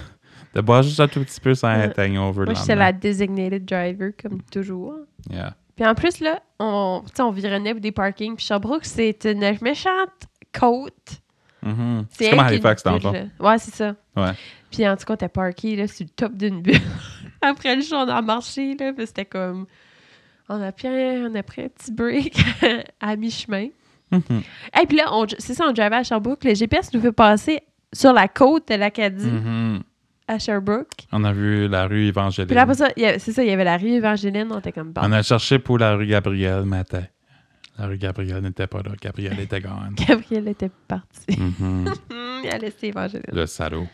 Speaker 1: de boire juste un tout petit peu sans
Speaker 2: Ouais.
Speaker 1: être hangover. le
Speaker 2: Euh, Moi, j'étais
Speaker 1: lendemain.
Speaker 2: la designated driver, comme toujours.
Speaker 1: Yeah.
Speaker 2: Puis en plus, là, on, tu sais, on vironnait pour des parkings. Puis Sherbrooke, c'est une méchante côte.
Speaker 1: Mhm.
Speaker 2: elle
Speaker 1: C'est comme
Speaker 2: qui est
Speaker 1: Halifax,
Speaker 2: une
Speaker 1: dans le
Speaker 2: bulle,
Speaker 1: fond.
Speaker 2: là. Ouais, c'est ça.
Speaker 1: Ouais.
Speaker 2: Puis en tout cas, on était parké, là, sur le top d'une bulle. Après le show, on a marché, là, puis c'était comme... On a, pris un, on a pris un petit break à mi-chemin.
Speaker 1: Mhm.
Speaker 2: Et puis là, on- c'est ça, on drivait à Sherbrooke. Le GPS nous fait passer sur la côte de l'Acadie
Speaker 1: Mhm.
Speaker 2: à Sherbrooke.
Speaker 1: On a vu la rue Évangéline.
Speaker 2: Puis là, après ça, il y avait- c'est ça, il y avait la rue Évangeline, on était comme... Bon.
Speaker 1: On a cherché pour la rue Gabriel, mais attends. La rue Gabriel n'était pas là. Gabriel était gone.
Speaker 2: Gabriel était Hmm, parti.
Speaker 1: Mhm.
Speaker 2: il a laissé Évangeline.
Speaker 1: Le salaud.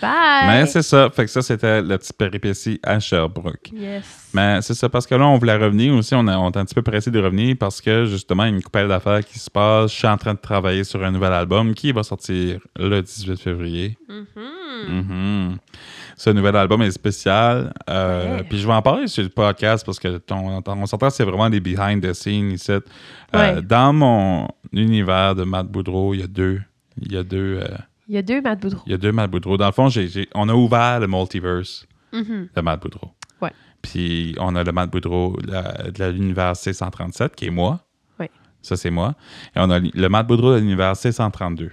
Speaker 2: Bye!
Speaker 1: Mais c'est ça. Fait que ça, c'était la petite péripétie à Sherbrooke.
Speaker 2: Yes.
Speaker 1: Mais c'est ça, parce que là, on voulait revenir aussi. On, a, on est un petit peu pressé de revenir parce que, justement, il y a une coupelle d'affaires qui se passe. Je suis en train de travailler sur un nouvel album qui va sortir le 18 février.
Speaker 2: Mhm.
Speaker 1: Mhm. Ce nouvel album est spécial. Euh,
Speaker 2: Ouais.
Speaker 1: Puis je vais en parler sur le podcast parce que ton, ton- on s'entend, c'est vraiment des behind the scenes ici. Euh,
Speaker 2: Ouais.
Speaker 1: Dans mon univers de Matt Boudreau, il y a deux. Il y a deux, euh,
Speaker 2: Il y a deux Matt Boudreau.
Speaker 1: il y a deux Matt Boudreau. Dans le fond, j'ai- j'ai- on a ouvert le multiverse
Speaker 2: Mhm.
Speaker 1: de Matt Boudreau.
Speaker 2: Ouais.
Speaker 1: Puis on a le Matt Boudreau la- de la- l'univers C137, qui est moi.
Speaker 2: Ouais.
Speaker 1: Ça, c'est moi. Et on a li- le Matt Boudreau de l'univers C132,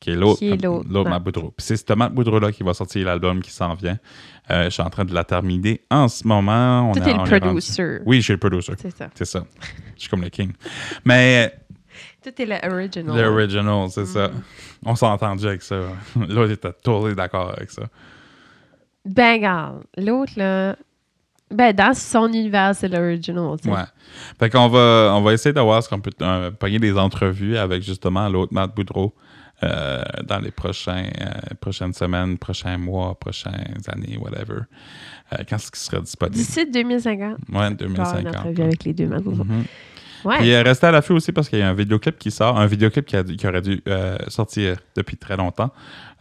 Speaker 1: qui est l'autre
Speaker 2: Qui est l'autre,
Speaker 1: l'autre
Speaker 2: ouais.
Speaker 1: Matt Boudreau. Puis c'est ce Matt Boudreau-là qui va sortir l'album qui s'en vient. Euh, je suis en train de la terminer en ce moment. On
Speaker 2: Toi,
Speaker 1: a-
Speaker 2: t'es
Speaker 1: on
Speaker 2: le
Speaker 1: est rendu-
Speaker 2: producer.
Speaker 1: Oui, je suis le producer.
Speaker 2: C'est ça.
Speaker 1: C'est ça. Je suis comme le king. Mais
Speaker 2: Toi, t'es le original.
Speaker 1: l'original, c'est
Speaker 2: Mm.
Speaker 1: ça. On s'est entendu avec ça. L'autre était totally d'accord avec ça.
Speaker 2: Ben, regarde, l'autre, là... Ben, dans son univers, c'est l'original, tu sais.
Speaker 1: Ouais. Fait qu'on va, on va essayer de voir ce qu'on peut euh, pogner des entrevues avec justement l'autre Matt Boudreau euh, dans les prochains, euh, prochaines semaines, prochains mois, prochaines années, whatever. Euh, quand est-ce qu'il sera disponible?
Speaker 2: D'ici 2050,
Speaker 1: Ouais,
Speaker 2: on va avoir une
Speaker 1: 2050.
Speaker 2: entrevue avec les deux Matt Boudreau.
Speaker 1: Mhm.
Speaker 2: Ouais.
Speaker 1: Puis euh, restez à l'affût aussi parce qu'il y a un vidéoclip qui sort, un vidéoclip qui, a dû- qui aurait dû euh, sortir depuis très longtemps,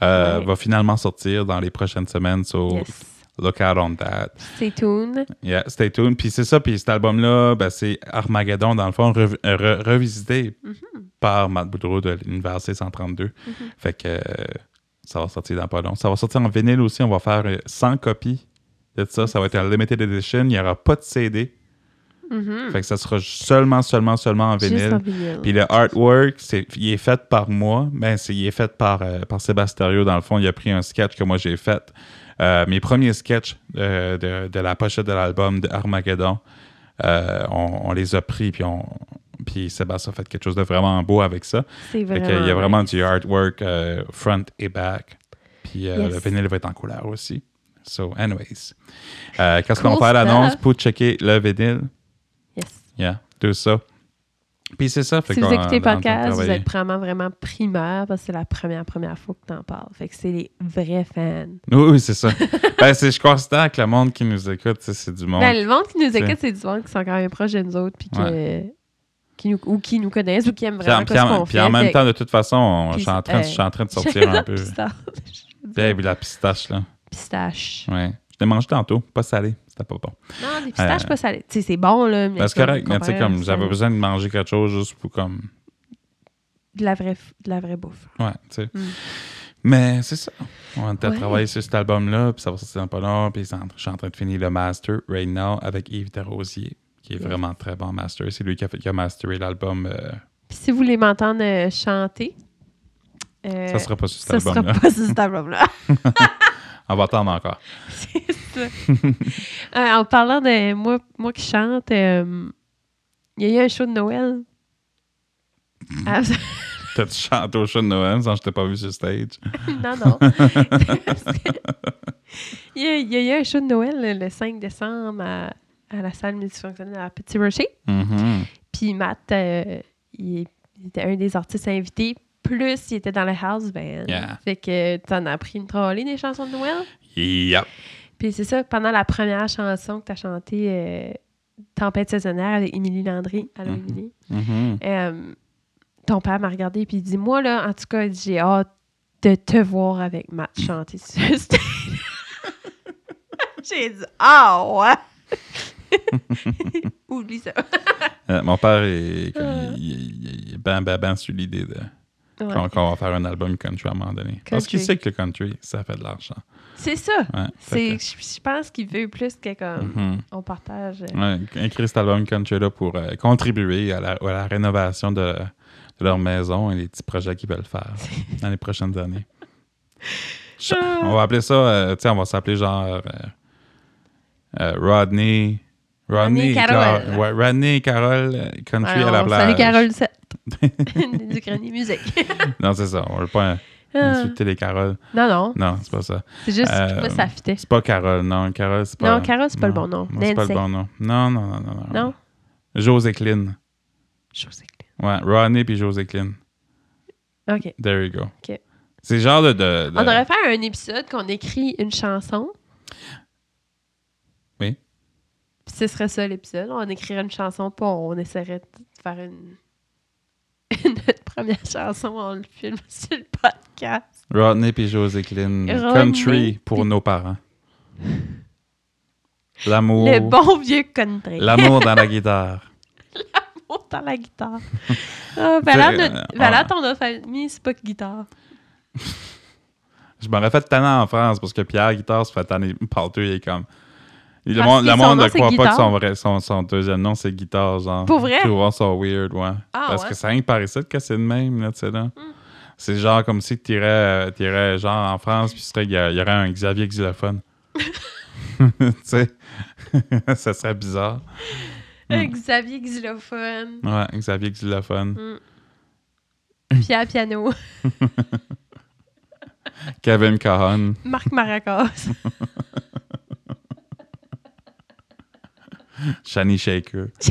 Speaker 1: euh,
Speaker 2: Ouais.
Speaker 1: va finalement sortir dans les prochaines semaines. So,
Speaker 2: Yes.
Speaker 1: Look out on that.
Speaker 2: Stay tuned.
Speaker 1: Yeah, stay tuned. Puis c'est ça, puis cet album-là, ben, c'est Armageddon, dans le fond, rev- euh, re- revisité
Speaker 2: Mm-hmm.
Speaker 1: par Matt Boudreau de l'Université 132. Fait que euh, ça va sortir dans pas long. Ça va sortir en vinyle aussi. On va faire euh, 100 copies de ça. Ça va être un limited edition. Il n'y aura pas de CD.
Speaker 2: Mhm.
Speaker 1: Fait que ça sera seulement, seulement, seulement en
Speaker 2: Juste
Speaker 1: vinyle.
Speaker 2: en vinyle.
Speaker 1: Puis le artwork, c'est, il est fait par moi. Ben, c'est, il est fait par, euh, par Sébastien Thériault. Dans le fond, il a pris un sketch que moi j'ai fait. Euh, mes premiers sketchs euh, de, de la pochette de l'album de Armageddon, euh, on, on les a pris. Puis, on, puis Sébastien a fait quelque chose de vraiment beau avec ça.
Speaker 2: C'est
Speaker 1: Fait
Speaker 2: vraiment.
Speaker 1: qu'il y a vraiment
Speaker 2: nice.
Speaker 1: du artwork euh, front et back. Puis euh,
Speaker 2: Yes.
Speaker 1: le vinyle va être en couleur aussi. So, anyways. Euh, Quand on
Speaker 2: Cool
Speaker 1: fait l'annonce
Speaker 2: stuff.
Speaker 1: pour checker le vinyle,
Speaker 2: Yes.
Speaker 1: yeah, tout ça. Puis c'est ça. Fait
Speaker 2: si vous
Speaker 1: qu'on-
Speaker 2: écoutez
Speaker 1: on est en train de
Speaker 2: podcast, vous
Speaker 1: travailler.
Speaker 2: êtes vraiment, vraiment primaire parce que c'est la première, première fois que t'en parles. Fait que c'est les vrais fans.
Speaker 1: Oui, oui, c'est ça. ben, c'est- je constate que le monde qui nous écoute, tu sais, c'est du monde.
Speaker 2: Ben, le monde qui nous
Speaker 1: C'est-
Speaker 2: écoute, c'est du monde qui sont quand même proches de nous autres puis que- qui nous, ou qui nous connaissent ou qui aiment
Speaker 1: puis en,
Speaker 2: vraiment
Speaker 1: puis
Speaker 2: ce
Speaker 1: en-
Speaker 2: qu'on
Speaker 1: puis
Speaker 2: fait.
Speaker 1: en même
Speaker 2: Fait
Speaker 1: temps, de toute façon, on- je
Speaker 2: Puis euh,
Speaker 1: suis en train,
Speaker 2: c'est-
Speaker 1: je suis en train de
Speaker 2: que-
Speaker 1: sortir un peu.
Speaker 2: Pistache.
Speaker 1: Ben, puis la pistache, là.
Speaker 2: Pistache.
Speaker 1: Ouais. Je l'ai mangé tantôt, pas salé. C'était pas bon.
Speaker 2: Non, des pistaches
Speaker 1: Euh,
Speaker 2: pas salées. Tu sais, c'est bon, là. Mais
Speaker 1: Ben, c'est
Speaker 2: comme
Speaker 1: correct, mais tu sais,
Speaker 2: comparé à
Speaker 1: comme
Speaker 2: ça,
Speaker 1: j'avais besoin de manger quelque chose juste pour comme.
Speaker 2: De la vraie, f- de la vraie bouffe.
Speaker 1: Ouais, tu sais.
Speaker 2: Mm.
Speaker 1: Mais c'est ça. On était à
Speaker 2: Ouais.
Speaker 1: travailler sur cet album-là, puis ça va sortir dans pas long, puis c'est en- je suis en train de finir le master right now avec Yves Desrosiers, qui est
Speaker 2: Yes.
Speaker 1: vraiment très bon master. C'est lui qui a, fait- qui a masteré l'album. euh,
Speaker 2: Puis si vous voulez m'entendre euh, chanter, euh,
Speaker 1: ça sera pas sur cet
Speaker 2: ça sera
Speaker 1: album-là.
Speaker 2: pas sur cet album-là.
Speaker 1: On va attendre encore.
Speaker 2: C'est ça. Euh, en parlant de moi, moi qui chante, euh, il y a eu un show de Noël. Ah,
Speaker 1: T'as-tu chanté au show de Noël sans que je t'ai pas vu sur stage?
Speaker 2: non, non. il, y a, il y a eu un show de Noël le- le 5 décembre à, à la salle multifonctionnelle à Petit Rocher.
Speaker 1: Mhm.
Speaker 2: Puis Matt, euh, il, il était un des artistes invités. Plus, il était dans le house band.
Speaker 1: Yeah.
Speaker 2: Fait que t'en as pris une trolley des chansons de Noël.
Speaker 1: Yep.
Speaker 2: Puis c'est ça, pendant la première chanson que t'as chantée, euh, Tempête saisonnière avec Émilie Landry. Allô,
Speaker 1: Mhm.
Speaker 2: Émilie.
Speaker 1: Mhm.
Speaker 2: Euh, ton père m'a regardé puis il dit Moi, là, en tout cas, j'ai hâte de te voir avec Matt chanter sur le stage. J'ai dit Ah, ouais Oublie ça.
Speaker 1: Euh, mon père est, comme, il, il- il- il est ben, ben, ben sur l'idée de
Speaker 2: Euh. Ouais.
Speaker 1: qu'on qu'on va faire un album country à un moment donné. Parce qu'il
Speaker 2: Country.
Speaker 1: sait que le country, ça fait de l'argent.
Speaker 2: C'est ça.
Speaker 1: Ouais, fait
Speaker 2: C'est, je je pense qu'il veut plus que
Speaker 1: que-
Speaker 2: comme
Speaker 1: Mhm.
Speaker 2: on partage. euh,
Speaker 1: Ouais, écrire cet album Conchella pour euh, contribuer à la, à la rénovation de, de leur maison et les petits projets qu'ils veulent faire dans les prochaines années. Ch-
Speaker 2: Ah.
Speaker 1: on va appeler ça, euh, tu sais, on va s'appeler genre euh, euh, Rodney. Rodney,
Speaker 2: Rodney
Speaker 1: et
Speaker 2: Carole.
Speaker 1: Cla- ouais, Rodney et Carole euh, Country
Speaker 2: alors,
Speaker 1: à la plage.
Speaker 2: Salut Carole 7 du Grenier Musique.
Speaker 1: Non, c'est ça. On veut pas
Speaker 2: Ah.
Speaker 1: insulter les Caroles.
Speaker 2: non, non,
Speaker 1: Non, c'est pas ça.
Speaker 2: c'est juste que
Speaker 1: Euh,
Speaker 2: moi, ça fitait.
Speaker 1: C'est pas Carole. Non, Carole, c'est pas.
Speaker 2: Non, Carole, c'est pas le bon nom.
Speaker 1: Non, c'est pas le
Speaker 2: Nancy.
Speaker 1: bon nom. Non, non, non, non. Non.
Speaker 2: Non?
Speaker 1: José Cline.
Speaker 2: José.
Speaker 1: Ouais, Rodney puis José Cline.
Speaker 2: OK.
Speaker 1: There you go.
Speaker 2: OK.
Speaker 1: C'est genre de. de- de-
Speaker 2: On devrait faire un épisode qu'on écrit une chanson.
Speaker 1: Oui.
Speaker 2: Puis ce serait ça l'épisode. On écrirait une chanson, puis on essaierait de faire une... notre première chanson, on le filme sur le podcast.
Speaker 1: Rodney puis José Cline.
Speaker 2: Rodney
Speaker 1: Country pour
Speaker 2: puis-
Speaker 1: nos parents. L'amour.
Speaker 2: Le bon vieux country.
Speaker 1: L'amour dans Oh. la guitare.
Speaker 2: L'amour dans la guitare. Ah, Valère,
Speaker 1: Tu sais,
Speaker 2: notre-
Speaker 1: euh,
Speaker 2: Valère,
Speaker 1: on-
Speaker 2: ton autre ami, c'est pas de guitare.
Speaker 1: Je m'aurais fait tanner en France parce que Pierre Guitare se fait tanner partout. Il est comme. Le
Speaker 2: Parce
Speaker 1: monde,
Speaker 2: que
Speaker 1: le
Speaker 2: Ah, son
Speaker 1: monde
Speaker 2: nom,
Speaker 1: ne
Speaker 2: c'est
Speaker 1: croit pas que son,
Speaker 2: Guitare.
Speaker 1: vrai, son, son deuxième nom, c'est Guitare. Genre.
Speaker 2: Pour vrai?
Speaker 1: Tout le monde sont weird, ouais.
Speaker 2: Ah,
Speaker 1: parce
Speaker 2: ouais. Hmm.
Speaker 1: que c'est rien que par ici que c'est le même, là, tu sais, là. C'est genre comme si tu irais, genre en France, puis ce serait- il y, a- il y aurait un Xavier Xylophone. tu sais, ça serait bizarre. Hmm.
Speaker 2: Euh, Xavier Xylophone.
Speaker 1: Ouais, Xavier Xylophone.
Speaker 2: Hmm. Pierre Piano.
Speaker 1: Kevin Cahan.
Speaker 2: Marc Maracas.
Speaker 1: Shani Shaker.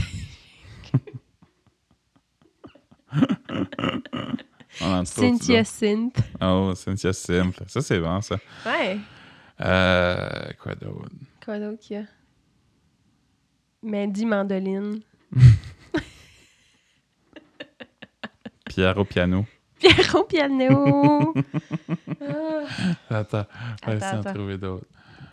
Speaker 1: On en trouve
Speaker 2: Cynthia
Speaker 1: du
Speaker 2: Synth.
Speaker 1: bon. Oh, Cynthia Simple. Ça, c'est bon, ça.
Speaker 2: Ouais.
Speaker 1: Euh, quoi d'autre?
Speaker 2: Quoi d'autre qu'il y a? Mandy Mandoline.
Speaker 1: Pierre au piano.
Speaker 2: Pierrot Piano. Ah.
Speaker 1: Attends, on va
Speaker 2: Attends,
Speaker 1: essayer d'en
Speaker 2: attends.
Speaker 1: trouver d'autres.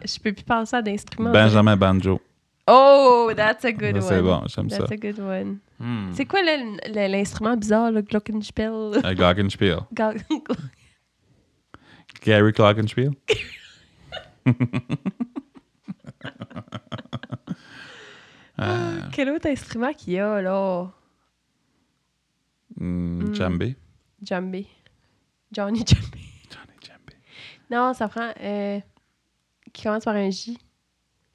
Speaker 2: Je peux plus penser à d'instruments.
Speaker 1: Benjamin Banjo.
Speaker 2: Oh, that's a good
Speaker 1: Ben, Ça,
Speaker 2: one.
Speaker 1: C'est bon, j'aime ça.
Speaker 2: That's a good one.
Speaker 1: Hmm.
Speaker 2: C'est quoi le- le- l'instrument bizarre, le glockenspiel?
Speaker 1: Un Glockenspiel.
Speaker 2: Ga-
Speaker 1: Gary Glockenspiel. Euh,
Speaker 2: Quel autre instrument qu'il y a, là?
Speaker 1: hmm,
Speaker 2: Hmm.
Speaker 1: Djembé.
Speaker 2: Jambi. Johnny Jambi.
Speaker 1: Johnny Djembé.
Speaker 2: Non, ça prend... euh, qui commence par un J.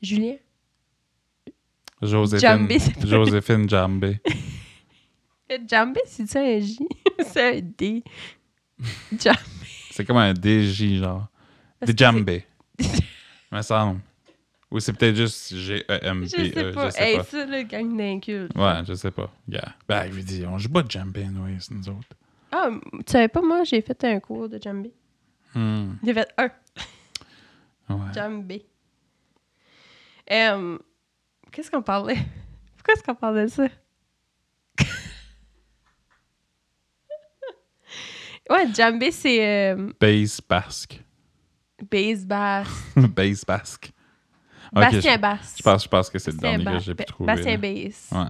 Speaker 2: Julien.
Speaker 1: Joséphine.
Speaker 2: Djembé, c'est pas-
Speaker 1: Joséphine Djembé.
Speaker 2: Euh, Jambi, c'est ça un J? c'est un D. Jam-
Speaker 1: C'est comme un DJ, genre.
Speaker 2: Parce que
Speaker 1: Djembé. me semble. Ou c'est peut-être juste E G-E-M-B-E.
Speaker 2: Je sais pas.
Speaker 1: euh, Je sais
Speaker 2: Hey,
Speaker 1: pas.
Speaker 2: ça, le gang d'incultes.
Speaker 1: Ouais, je sais pas. Yeah. Ben, je lui dis, on joue pas de Djembé, oui, c'est nous autres.
Speaker 2: Ah, tu savais pas, moi, j'ai fait un cours de Jambi.
Speaker 1: Hmm.
Speaker 2: J'ai fait un.
Speaker 1: Ouais.
Speaker 2: Jambé. Euh, Qu'est-ce qu'on parlait? Pourquoi est-ce qu'on parlait de ça? ouais, jambé, c'est euh,
Speaker 1: Bass basque.
Speaker 2: base basse.
Speaker 1: Bass basque. Ok,
Speaker 2: Bastien
Speaker 1: je-
Speaker 2: basse.
Speaker 1: Je pense, je pense que c'est le
Speaker 2: Bastien
Speaker 1: dernier que
Speaker 2: ba-
Speaker 1: j'ai pu
Speaker 2: ba-
Speaker 1: trouver.
Speaker 2: Bastien
Speaker 1: là.
Speaker 2: basse.
Speaker 1: Ouais.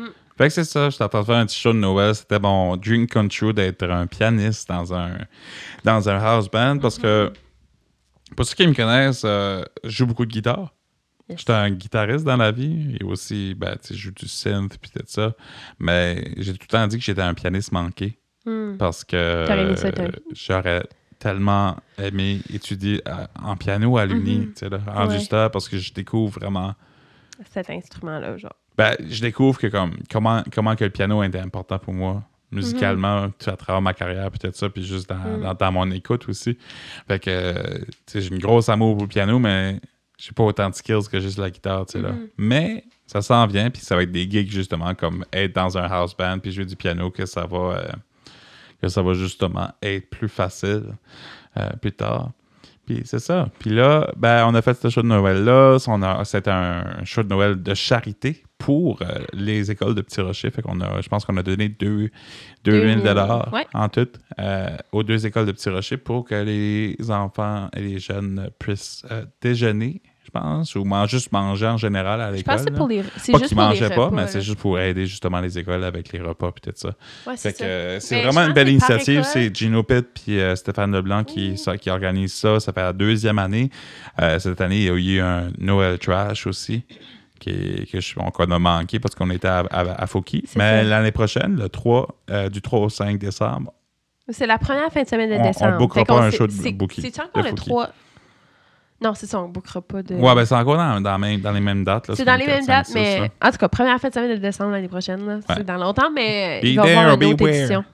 Speaker 2: Mm.
Speaker 1: Fait que c'est ça, je t'ai de faire un petit show de Noël. C'était mon dream come true d'être un pianiste dans un, dans un house band parce que,
Speaker 2: Mm-hmm.
Speaker 1: pour ceux qui me connaissent, euh, je joue beaucoup de guitare.
Speaker 2: Yes.
Speaker 1: J'étais un guitariste dans la vie et aussi, ben, tu sais, je joue du synth puis tout ça. Mais j'ai tout le temps dit que j'étais un pianiste manqué
Speaker 2: Hmm.
Speaker 1: parce que
Speaker 2: T'aurais aimé ça, toi.
Speaker 1: euh, j'aurais tellement aimé étudier à- en piano à l'Uni,
Speaker 2: Mhm.
Speaker 1: tu sais, là, en
Speaker 2: Ouais.
Speaker 1: justère, parce que je découvre vraiment
Speaker 2: Cet instrument-là, genre.
Speaker 1: ben, je découvre que comme comment comment que le piano était important pour moi musicalement tout à travers ma carrière peut-être ça puis juste dans,
Speaker 2: Mhm.
Speaker 1: dans, dans mon écoute aussi fait que euh, tu sais, j'ai une grosse amour pour le piano mais j'ai pas autant de skills que juste la guitare tu sais là
Speaker 2: Mhm.
Speaker 1: mais ça s'en vient puis ça va être des gigs justement comme être dans un house band puis jouer du piano que ça va euh, que ça va justement être plus facile euh, plus tard puis c'est ça. Puis là, ben, on a fait ce show de Noël-là. On a- C'était un show de Noël de charité pour euh, les écoles de Petit Rocher. Fait qu'on a, je pense qu'on a donné 2
Speaker 2: 2000,
Speaker 1: 2000 dollars
Speaker 2: ouais.
Speaker 1: en tout euh, aux deux écoles de Petit Rocher pour que les enfants et les jeunes puissent euh, déjeuner, je pense, ou man- juste manger en général à
Speaker 2: Je
Speaker 1: l'école.
Speaker 2: pense que c'est
Speaker 1: là.
Speaker 2: pour les. C'est
Speaker 1: Pas
Speaker 2: juste
Speaker 1: qu'ils
Speaker 2: pour les
Speaker 1: mangeaient pas,
Speaker 2: repas,
Speaker 1: mais
Speaker 2: là.
Speaker 1: c'est juste pour aider justement les écoles avec les repas puis tout ça.
Speaker 2: Ouais, c'est
Speaker 1: Fait que
Speaker 2: ça.
Speaker 1: euh, c'est
Speaker 2: Mais
Speaker 1: vraiment
Speaker 2: je
Speaker 1: une
Speaker 2: pense
Speaker 1: belle
Speaker 2: que par
Speaker 1: initiative.
Speaker 2: école-
Speaker 1: C'est
Speaker 2: Mmh.
Speaker 1: Gino Pitt puis euh, Stéphane Leblanc qui,
Speaker 2: Oui.
Speaker 1: ça, qui organise ça. Ça fait la deuxième année. Euh, cette année, il y a eu un Noël Trash aussi. Qui, que je- qu'on a manqué parce qu'on était à, à, à Fauquier.
Speaker 2: C'est
Speaker 1: Mais
Speaker 2: ça.
Speaker 1: l'année prochaine, le 3, euh, du 3 au 5 décembre,
Speaker 2: C'est la première fin de semaine de
Speaker 1: On- on
Speaker 2: décembre.
Speaker 1: bookera
Speaker 2: Fait
Speaker 1: pas
Speaker 2: qu'on
Speaker 1: un
Speaker 2: sait-
Speaker 1: show de
Speaker 2: c'est-
Speaker 1: Bookie,
Speaker 2: C'est-tu encore
Speaker 1: de
Speaker 2: le
Speaker 1: Fouki.
Speaker 2: 3 Non, c'est ça, on ne bookera pas de.
Speaker 1: ouais, ben c'est encore dans, dans, la même- dans les mêmes dates. là,
Speaker 2: c'est dans les
Speaker 1: 4,
Speaker 2: mêmes
Speaker 1: 5,
Speaker 2: dates,
Speaker 1: 6,
Speaker 2: mais.
Speaker 1: là.
Speaker 2: En tout cas, première fin de semaine de décembre l'année prochaine. là.
Speaker 1: hein. Ouais.
Speaker 2: C'est dans longtemps, mais
Speaker 1: Be
Speaker 2: il va y
Speaker 1: there
Speaker 2: avoir
Speaker 1: or
Speaker 2: une autre
Speaker 1: beware.
Speaker 2: édition.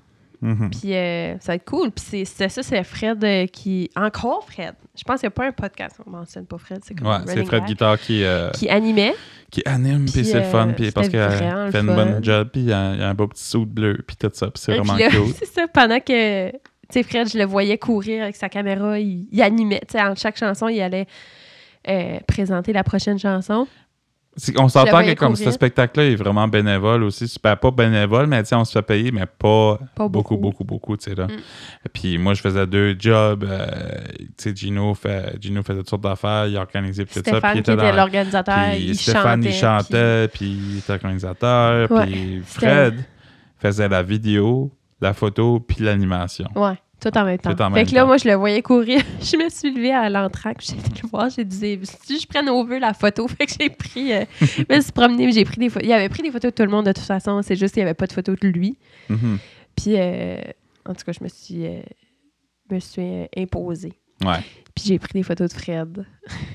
Speaker 1: Mhm.
Speaker 2: Puis euh, ça va être cool. Puis c'est- c'était ça, c'est Fred euh, qui. Encore Fred. Je pense qu'il n'y a pas un podcast, on ne mentionne pas Fred. C'est comme
Speaker 1: Ouais,
Speaker 2: un
Speaker 1: c'est
Speaker 2: running
Speaker 1: Fred
Speaker 2: gag.
Speaker 1: Guitard qui, euh,
Speaker 2: Qui animait.
Speaker 1: qui anime, puis
Speaker 2: Puis,
Speaker 1: c'est le fun,
Speaker 2: euh,
Speaker 1: puis
Speaker 2: c'était
Speaker 1: parce qu'elle
Speaker 2: vraiment le
Speaker 1: fait une
Speaker 2: fun.
Speaker 1: bonne job, puis il y, a un- il y a un beau petit saut bleu, puis tout ça, puis c'est
Speaker 2: Et
Speaker 1: vraiment
Speaker 2: hein, puis là,
Speaker 1: cool.
Speaker 2: c'est ça, pendant que. Tu sais, Fred, je le voyais courir avec sa caméra, il, il animait. Tu sais, en chaque chanson, il allait euh, présenter la prochaine chanson.
Speaker 1: C'est- On
Speaker 2: Je la
Speaker 1: s'entend que
Speaker 2: voyais
Speaker 1: comme
Speaker 2: courir.
Speaker 1: ce spectacle-là est vraiment bénévole aussi. Super, pas bénévole, mais tu sais, on se fait payer, mais pas,
Speaker 2: Pas
Speaker 1: beaucoup, beaucoup,
Speaker 2: beaucoup.
Speaker 1: beaucoup, tu sais. là.
Speaker 2: Mm.
Speaker 1: Puis moi, je faisais deux jobs. euh, tu sais, Gino, fait, Gino faisait toutes sortes d'affaires, il organisait puis tout ça. Puis il
Speaker 2: Stéphane, qui
Speaker 1: était
Speaker 2: était
Speaker 1: dans...
Speaker 2: l'organisateur,
Speaker 1: puis
Speaker 2: il
Speaker 1: Stéphane,
Speaker 2: chantait.
Speaker 1: il chantait, puis il était organisateur.
Speaker 2: Ouais,
Speaker 1: Puis
Speaker 2: c'était-
Speaker 1: Fred faisait la vidéo, la photo, puis l'animation.
Speaker 2: puis- Ouais, tout en même temps.
Speaker 1: Tout en
Speaker 2: fait
Speaker 1: même
Speaker 2: que là,
Speaker 1: temps.
Speaker 2: moi, je le voyais courir. je me suis levée à l'entraque, j'ai été le voir, j'ai dit, si je prenne au vœu la photo, fait que j'ai pris, euh, je me suis promenée, mais j'ai pris des photos. Il avait pris des photos de tout le monde, de toute façon, c'est juste qu'il n'y avait pas de photos de lui.
Speaker 1: Mhm.
Speaker 2: Puis, euh, en tout cas, je me suis, euh, me suis euh, imposée.
Speaker 1: Ouais.
Speaker 2: Puis j'ai pris des photos de Fred.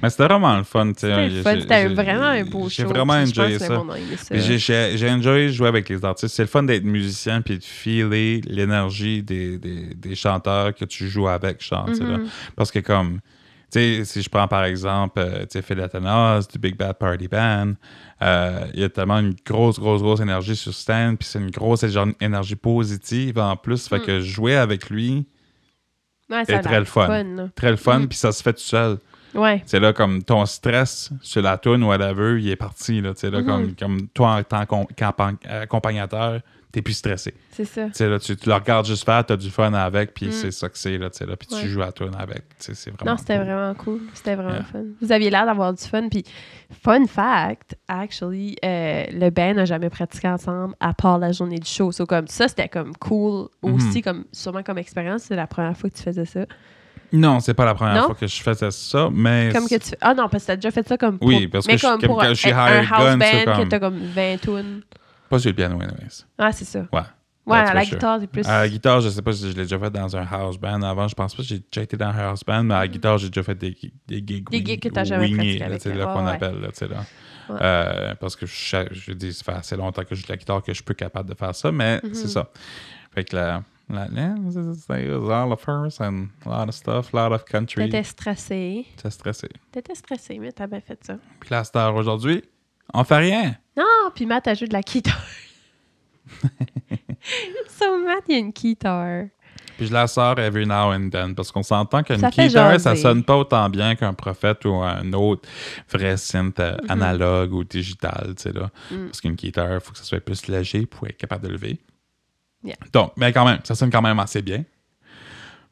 Speaker 1: Mais c'était vraiment le fun, tu sais.
Speaker 2: C'était le fun,
Speaker 1: J'ai-
Speaker 2: c'était
Speaker 1: j'ai-
Speaker 2: vraiment un beau show.
Speaker 1: J'ai vraiment
Speaker 2: puis je pense
Speaker 1: enjoyé
Speaker 2: que
Speaker 1: ça.
Speaker 2: le monde a aimé ça.
Speaker 1: Puis J'ai j'ai- j'ai enjoyé jouer avec les artistes. C'est le fun d'être musicien puis de filer l'énergie des, des, des chanteurs que tu joues avec, chante, là.
Speaker 2: Mhm.
Speaker 1: Parce que comme, tu sais, si je prends par exemple, euh, tu sais, Phil Athanas du Big Bad Party Band, euh, il y a tellement une grosse, grosse, grosse énergie sur stand, puis c'est une grosse éger- énergie positive en plus. Fait
Speaker 2: Mm.
Speaker 1: que jouer avec lui,
Speaker 2: Ouais, ça a
Speaker 1: très
Speaker 2: l'air
Speaker 1: le fun.
Speaker 2: là.
Speaker 1: très le fun,
Speaker 2: Mm.
Speaker 1: puis ça se fait tout seul.
Speaker 2: Ouais.
Speaker 1: C'est là comme ton stress sur la toune ou whatever, il est parti. Là, tu sais, là,
Speaker 2: Mhm.
Speaker 1: comme, comme toi en tant qu'accompagnateur, t'es plus stressé.
Speaker 2: C'est ça.
Speaker 1: Tu sais, là, tu, tu le regardes juste faire, t'as du fun avec, puis
Speaker 2: Mm.
Speaker 1: c'est ça que c'est, là, tu sais, là, puis
Speaker 2: Ouais.
Speaker 1: tu joues à toi avec. Tu sais, c'est vraiment.
Speaker 2: Non, c'était
Speaker 1: cool.
Speaker 2: vraiment cool. C'était vraiment
Speaker 1: Yeah.
Speaker 2: fun. Vous aviez l'air d'avoir du fun. Puis, fun fact, actually, euh, le band n'a jamais pratiqué ensemble à part la journée du show. So, comme ça, c'était comme cool
Speaker 1: Mhm.
Speaker 2: aussi, comme, sûrement comme expérience. C'est la première fois que tu faisais ça.
Speaker 1: Non, c'est pas la première
Speaker 2: Non?
Speaker 1: fois que je faisais ça, mais.
Speaker 2: Comme que tu... Ah non, parce que t'as déjà fait ça comme pour...
Speaker 1: Oui, parce que
Speaker 2: mais
Speaker 1: je-
Speaker 2: comme
Speaker 1: comme
Speaker 2: pour
Speaker 1: quand
Speaker 2: un,
Speaker 1: je suis
Speaker 2: un
Speaker 1: hired
Speaker 2: house
Speaker 1: gun,
Speaker 2: band
Speaker 1: c'est
Speaker 2: que
Speaker 1: comme-
Speaker 2: t'as comme 20 tunes.
Speaker 1: Pas sur le piano, anyways.
Speaker 2: Ah, c'est ça.
Speaker 1: Ouais.
Speaker 2: Ouais,
Speaker 1: That's
Speaker 2: à la
Speaker 1: for sure.
Speaker 2: guitare, c'est plus...
Speaker 1: À la guitare, je sais pas si je l'ai déjà fait dans un house band avant. Je pense pas que j'ai déjà été dans un house band, mais à la guitare, j'ai déjà fait des, gi- des gigs.
Speaker 2: Mm. Des
Speaker 1: wing-
Speaker 2: gigs que t'as jamais
Speaker 1: wingés,
Speaker 2: pratiqué
Speaker 1: là,
Speaker 2: avec,
Speaker 1: C'est
Speaker 2: là.
Speaker 1: là
Speaker 2: Ouais,
Speaker 1: qu'on
Speaker 2: ouais.
Speaker 1: appelle, là, tu sais, là.
Speaker 2: Ouais.
Speaker 1: Euh, parce que je, sais- je dis, ça fait assez longtemps que je joue de la guitare que je peux capable de faire ça, mais
Speaker 2: Mhm.
Speaker 1: c'est ça. Fait que la. la yeah, it was all of first and a lot of stuff, a lot of country.
Speaker 2: T'étais stressé.
Speaker 1: T'es stressé.
Speaker 2: T'étais stressé, mais t'as bien fait ça.
Speaker 1: Puis la star aujourd'hui, on fait rien.
Speaker 2: Non, puis Matt a joué de la guitare. so, Matt, il y a une guitare.
Speaker 1: Puis je la sors every now and then parce qu'on s'entend qu'une
Speaker 2: Ça fait
Speaker 1: guitare, ça
Speaker 2: jaser.
Speaker 1: sonne pas autant bien qu'un prophète ou un autre vrai synth euh, analogue ou digital, tu sais là.
Speaker 2: Mm-hmm. Mm.
Speaker 1: Parce qu'une guitare, il faut que ça soit plus léger pour être capable de lever.
Speaker 2: Yeah.
Speaker 1: Donc, mais quand même, ça sonne quand même assez bien.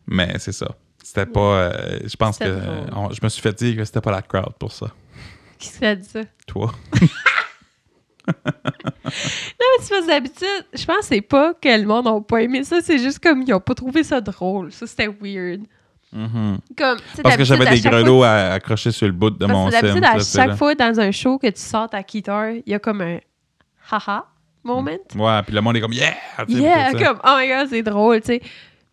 Speaker 1: Mais c'est ça. C'était pas. euh, je pense que
Speaker 2: Mm. C'était
Speaker 1: euh,
Speaker 2: drôle.
Speaker 1: on- je me suis fait dire que c'était pas la crowd pour ça.
Speaker 2: Qu'est-ce que t'as dit ça? Non,
Speaker 1: Toi.
Speaker 2: mais c'est parce que d'habitude, je pense que c'est pas que le monde n'a pas aimé ça, c'est juste comme ils ont pas trouvé ça drôle. Ça, c'était weird.
Speaker 1: Mhm.
Speaker 2: Comme, tu sais,
Speaker 1: Parce que
Speaker 2: d'habitude,
Speaker 1: j'avais
Speaker 2: à
Speaker 1: des
Speaker 2: chaque
Speaker 1: grelots
Speaker 2: fois que-
Speaker 1: à accrocher sur le bout de mon
Speaker 2: Parce
Speaker 1: synth.
Speaker 2: que d'habitude,
Speaker 1: là,
Speaker 2: à
Speaker 1: tu sais, là.
Speaker 2: chaque fois dans un show que tu sors ta guitare, il y a comme un haha moment.
Speaker 1: Ouais, puis le monde est comme yeah! tu sais,
Speaker 2: Yeah,
Speaker 1: puis tout ça.
Speaker 2: comme, oh my god, c'est drôle, tu sais.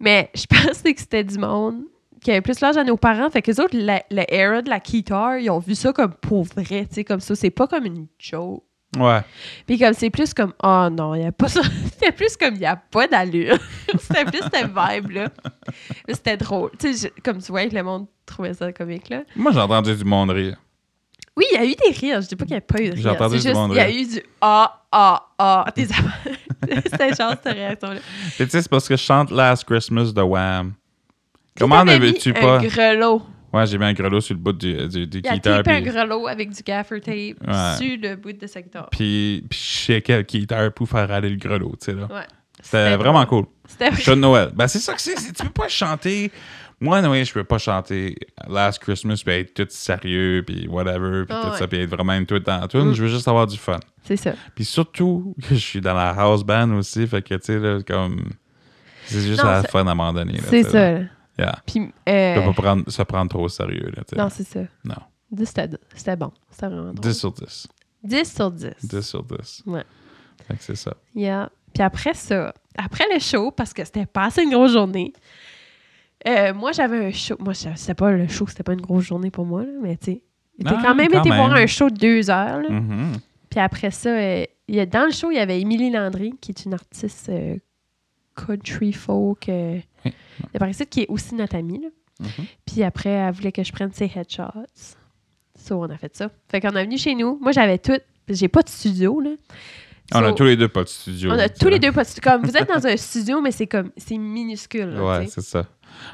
Speaker 2: Mais je pensais que c'était du monde qui avait plus l'âge à nos parents. Fait que les autres, la, la era de la guitare, ils ont vu ça comme pour vrai, tu sais, comme ça. C'est pas comme une joke.
Speaker 1: Ouais.
Speaker 2: Puis comme, c'est plus comme, oh non, il n'y a pas ça. C'était plus comme, il n'y a pas d'allure. c'était plus cette vibe-là. Mais C'était drôle. Tu sais, je- comme tu vois, le monde trouvait ça comique, là.
Speaker 1: Moi, j'ai entendu du monde rire.
Speaker 2: Oui, il y a eu des rires. Je dis pas qu'il n'y a pas eu de
Speaker 1: J'ai
Speaker 2: rires.
Speaker 1: entendu du
Speaker 2: C'est juste,
Speaker 1: monde
Speaker 2: il y a
Speaker 1: rire.
Speaker 2: eu du ah, ah, ah, des affaires. C'était genre cette réaction-là.
Speaker 1: Et tu sais, c'est parce que je chante Last Christmas de Wham. Comment ne
Speaker 2: T'avais mis
Speaker 1: veux-tu pas?
Speaker 2: Un grelot.
Speaker 1: Ouais, j'ai mis un grelot sur le bout du, du, du
Speaker 2: Il a
Speaker 1: guitare.
Speaker 2: tapé un
Speaker 1: Puis,
Speaker 2: grelot avec du gaffer tape
Speaker 1: Ouais.
Speaker 2: sur le bout de sa guitare.
Speaker 1: puis, puis je checkais le guitare pour faire aller le grelot, tu sais, là.
Speaker 2: Ouais.
Speaker 1: C'était vraiment cool.
Speaker 2: C'était
Speaker 1: Show de Noël. Ben, c'est ça que c'est. c'est- Tu peux pas chanter. Moi, Noël, je peux pas chanter Last Christmas, puis être tout sérieux, puis whatever, puis
Speaker 2: Ah
Speaker 1: tout
Speaker 2: ouais.
Speaker 1: ça, puis être vraiment une tweet dans la tune.
Speaker 2: Mm.
Speaker 1: Je veux juste avoir du fun.
Speaker 2: C'est ça.
Speaker 1: Puis surtout que je suis dans la house band aussi, fait que, tu sais, là, comme. C'est juste
Speaker 2: Non,
Speaker 1: à la
Speaker 2: c'est-
Speaker 1: fun à un moment donné. là, tu
Speaker 2: C'est
Speaker 1: sais, là.
Speaker 2: ça. là.
Speaker 1: Yeah.
Speaker 2: Puis,
Speaker 1: Tu
Speaker 2: euh,
Speaker 1: peux pas prendre- se prendre trop au sérieux. Là, tu sais.
Speaker 2: non, c'est ça.
Speaker 1: non.
Speaker 2: Dix, C'était c'était bon. C'était vraiment drôle.
Speaker 1: 10 sur 10.
Speaker 2: 10 sur 10.
Speaker 1: 10 sur 10.
Speaker 2: Ouais.
Speaker 1: Fait que c'est ça.
Speaker 2: Yeah. Puis après ça, après le show, parce que c'était pas assez une grosse journée, euh, moi j'avais un show. Moi, je- c'était pas le show, c'était pas une grosse journée pour moi, là, mais tu sais. J'ai
Speaker 1: Ah,
Speaker 2: quand même
Speaker 1: quand
Speaker 2: été voir
Speaker 1: même.
Speaker 2: un show de deux heures. là.
Speaker 1: Mhm.
Speaker 2: Puis après ça, euh, il y a- dans le show, il y avait Émilie Landry, qui est une artiste euh, country folk euh,
Speaker 1: Oui.
Speaker 2: de par ici, qui est aussi notre amie. là.
Speaker 1: Mhm.
Speaker 2: Puis après, elle voulait que je prenne ses headshots. So, on a fait ça. Fait qu'on est venu chez nous. Moi, j'avais tout. J'ai pas de studio, là.
Speaker 1: On a
Speaker 2: So,
Speaker 1: tous les deux pas de studio.
Speaker 2: on a
Speaker 1: là, tu
Speaker 2: tous
Speaker 1: sais,
Speaker 2: les
Speaker 1: là.
Speaker 2: deux pas de studio. Comme, vous êtes dans un studio, mais c'est comme, c'est minuscule, là,
Speaker 1: Ouais,
Speaker 2: tu sais.
Speaker 1: c'est ça.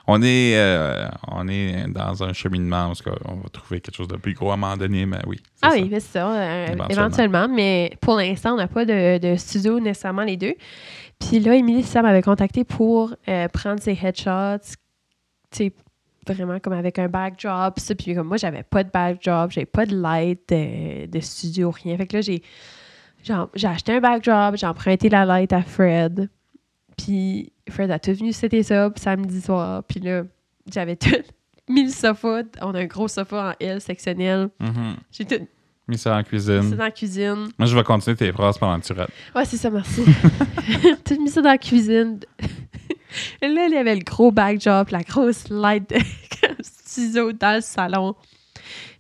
Speaker 1: On est, euh, on est dans un cheminement parce qu'on va trouver quelque chose de plus gros à un moment donné, mais oui. c'est
Speaker 2: Ah
Speaker 1: ça.
Speaker 2: oui, mais c'est ça, euh,
Speaker 1: Éventuellement.
Speaker 2: éventuellement. Mais pour l'instant, on n'a pas de, de studio nécessairement les deux. Puis là, Émilie Sam m'avait contacté pour euh, prendre ses headshots, tu sais, vraiment comme avec un backdrop. Ça. Puis comme moi, j'avais pas de backdrop, j'avais pas de light euh, de studio, rien. Fait que là, j'ai j'en- j'ai acheté un backdrop, j'ai emprunté la light à Fred. Puis Fred a tout venu c'était ça, puis samedi soir. Puis là, j'avais tout mis le sofa. On a un gros sofa en L sectionnel.
Speaker 1: Mhm.
Speaker 2: J'ai tout
Speaker 1: Mis ça en
Speaker 2: mis ça
Speaker 1: cuisine.
Speaker 2: dans la cuisine.
Speaker 1: Moi, je vais continuer tes phrases pendant que tu rates.
Speaker 2: Ouais, c'est ça, merci. Tout mis ça dans la cuisine. Et là, il y avait le gros backdrop, la grosse light de ciseaux dans le salon.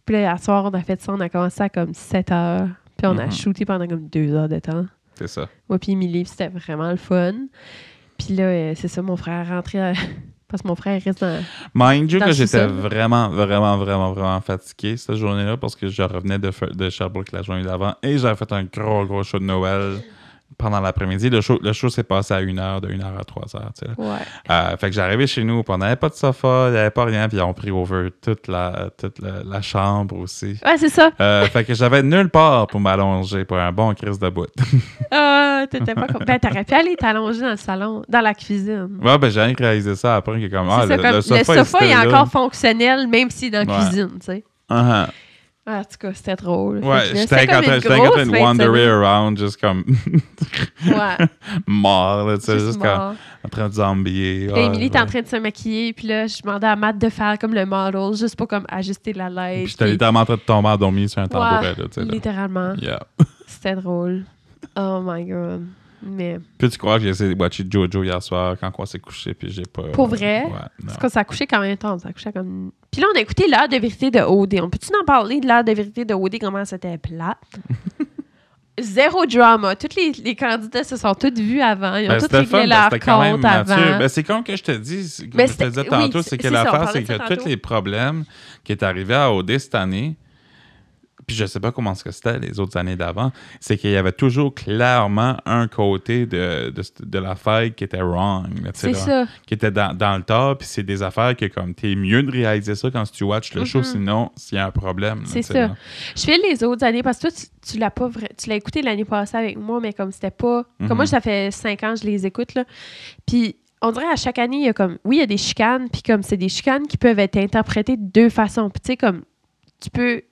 Speaker 2: Puis là, à soir, on a fait ça, on a commencé à comme 7 heures. Puis on a
Speaker 1: Mhm.
Speaker 2: shooté pendant comme 2 heures de temps.
Speaker 1: C'est ça.
Speaker 2: Moi puis Emily, puis c'était vraiment le fun. Puis là, euh, c'est ça, mon frère rentré à- Parce que mon frère reste dans...
Speaker 1: Mind you
Speaker 2: Dans
Speaker 1: que
Speaker 2: le
Speaker 1: j'étais
Speaker 2: sous-sol.
Speaker 1: vraiment, vraiment, vraiment, vraiment fatigué cette journée-là parce que je revenais de, fe- de Sherbrooke la journée d'avant et j'avais fait un gros, gros show de Noël pendant l'après-midi. Le show, le show s'est passé à 1h, de 1h à 3h. tu sais, là.
Speaker 2: Ouais.
Speaker 1: Euh, fait que j'arrivais chez nous, puis on n'avait pas de sofa, il n'y avait pas rien, puis ils ont pris over toute la, toute la, la chambre aussi.
Speaker 2: Ouais, c'est ça.
Speaker 1: Euh, fait que j'avais nulle part pour m'allonger pour un bon crise de bout.
Speaker 2: Ah, t'étais pas. con- Ben, t'aurais pu aller t'allonger dans le salon, dans la cuisine.
Speaker 1: ouais, ben j'ai rien que réalisé ça après, que comme, ah,
Speaker 2: C'est ça,
Speaker 1: le,
Speaker 2: comme-
Speaker 1: le sofa, il
Speaker 2: est
Speaker 1: était là.
Speaker 2: encore fonctionnel, même si dans la
Speaker 1: Ouais.
Speaker 2: cuisine, tu sais.
Speaker 1: Ah, ah.
Speaker 2: Ah, en tout cas, c'était drôle.
Speaker 1: Ouais,
Speaker 2: Fait que là,
Speaker 1: j'étais
Speaker 2: c'était
Speaker 1: en
Speaker 2: comme
Speaker 1: train
Speaker 2: une
Speaker 1: j'étais en train
Speaker 2: grosse
Speaker 1: de
Speaker 2: fin de
Speaker 1: wanderer
Speaker 2: semaine.
Speaker 1: around, juste comme
Speaker 2: Ouais,
Speaker 1: mort, là, tu sais, juste
Speaker 2: juste
Speaker 1: comme
Speaker 2: mort.
Speaker 1: en train de zombier. ah,
Speaker 2: Là, Émilie était en train de se maquiller, puis là, je demandais à Matt de faire comme le model, juste pour comme ajuster la light.
Speaker 1: Puis j'étais
Speaker 2: puis-
Speaker 1: littéralement en train de tomber endormi sur un
Speaker 2: Ouais,
Speaker 1: tambouret, là, tu sais. là.
Speaker 2: littéralement.
Speaker 1: Yeah.
Speaker 2: C'était drôle. Oh my god. Mais
Speaker 1: Puis tu crois que j'ai essayé de watcher Jojo hier soir quand on s'est couché, puis j'ai pas.
Speaker 2: Pour vrai?
Speaker 1: Ouais, non.
Speaker 2: parce qu'on s'est couché quand même temps, on s'est couché comme. Puis là, on a écouté l'heure de vérité de OD. On peut-tu en parler de l'heure de vérité de OD, comment c'était plat? Zéro drama. Tous les, les candidats se sont tous vus avant. Ils
Speaker 1: Ben,
Speaker 2: ont tous
Speaker 1: c'était
Speaker 2: réglé
Speaker 1: le fun, parce
Speaker 2: leur
Speaker 1: que c'était quand même
Speaker 2: compte
Speaker 1: mature.
Speaker 2: avant.
Speaker 1: Ben, c'est comme que je te dis, c'est- comme
Speaker 2: Mais
Speaker 1: je te disais
Speaker 2: c'était-
Speaker 1: tantôt,
Speaker 2: oui,
Speaker 1: c'est que
Speaker 2: c'est ça, on
Speaker 1: l'affaire,
Speaker 2: parlait
Speaker 1: c'est
Speaker 2: de ça
Speaker 1: que tous
Speaker 2: tantôt.
Speaker 1: les problèmes qui est arrivé à OD cette année, puis je sais pas comment ce que c'était les autres années d'avant, c'est qu'il y avait toujours clairement un côté de, de, de l'affaire qui était wrong. là, tu sais,
Speaker 2: C'est
Speaker 1: là,
Speaker 2: ça.
Speaker 1: Qui était dans, dans le tort, puis c'est des affaires que comme t'es mieux de réaliser ça quand tu watches le show,
Speaker 2: Mhm.
Speaker 1: sinon s'il y a un problème. là,
Speaker 2: C'est
Speaker 1: tu sais,
Speaker 2: ça.
Speaker 1: là.
Speaker 2: Je fais les autres années parce que toi, tu, tu l'as pas vra- tu l'as écouté l'année passée avec moi, mais comme c'était pas.
Speaker 1: Mhm.
Speaker 2: Comme moi, ça fait cinq ans que je les écoute, là. Puis on dirait à chaque année, il y a comme. Oui, il y a des chicanes, puis comme c'est des chicanes qui peuvent être interprétées de deux façons. Puis tu sais, comme tu peux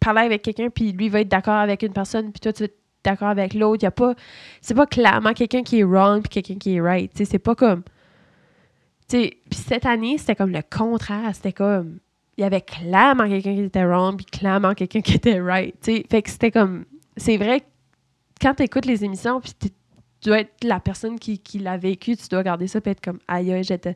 Speaker 2: parler avec quelqu'un, puis lui va être d'accord avec une personne, puis toi, tu vas être d'accord avec l'autre. Il y a pas. C'est pas clairement quelqu'un qui est wrong, puis quelqu'un qui est right. Tu sais, c'est pas comme. Tu sais, puis cette année, c'était comme le contraire. C'était comme il y avait clairement quelqu'un qui était wrong, puis clairement quelqu'un qui était right. tu sais. Fait que c'était comme. C'est vrai, que quand tu écoutes les émissions, puis t'es- tu dois être la personne qui, qui l'a vécu, tu dois regarder ça, puis être comme, aïe, aïe, j'étais.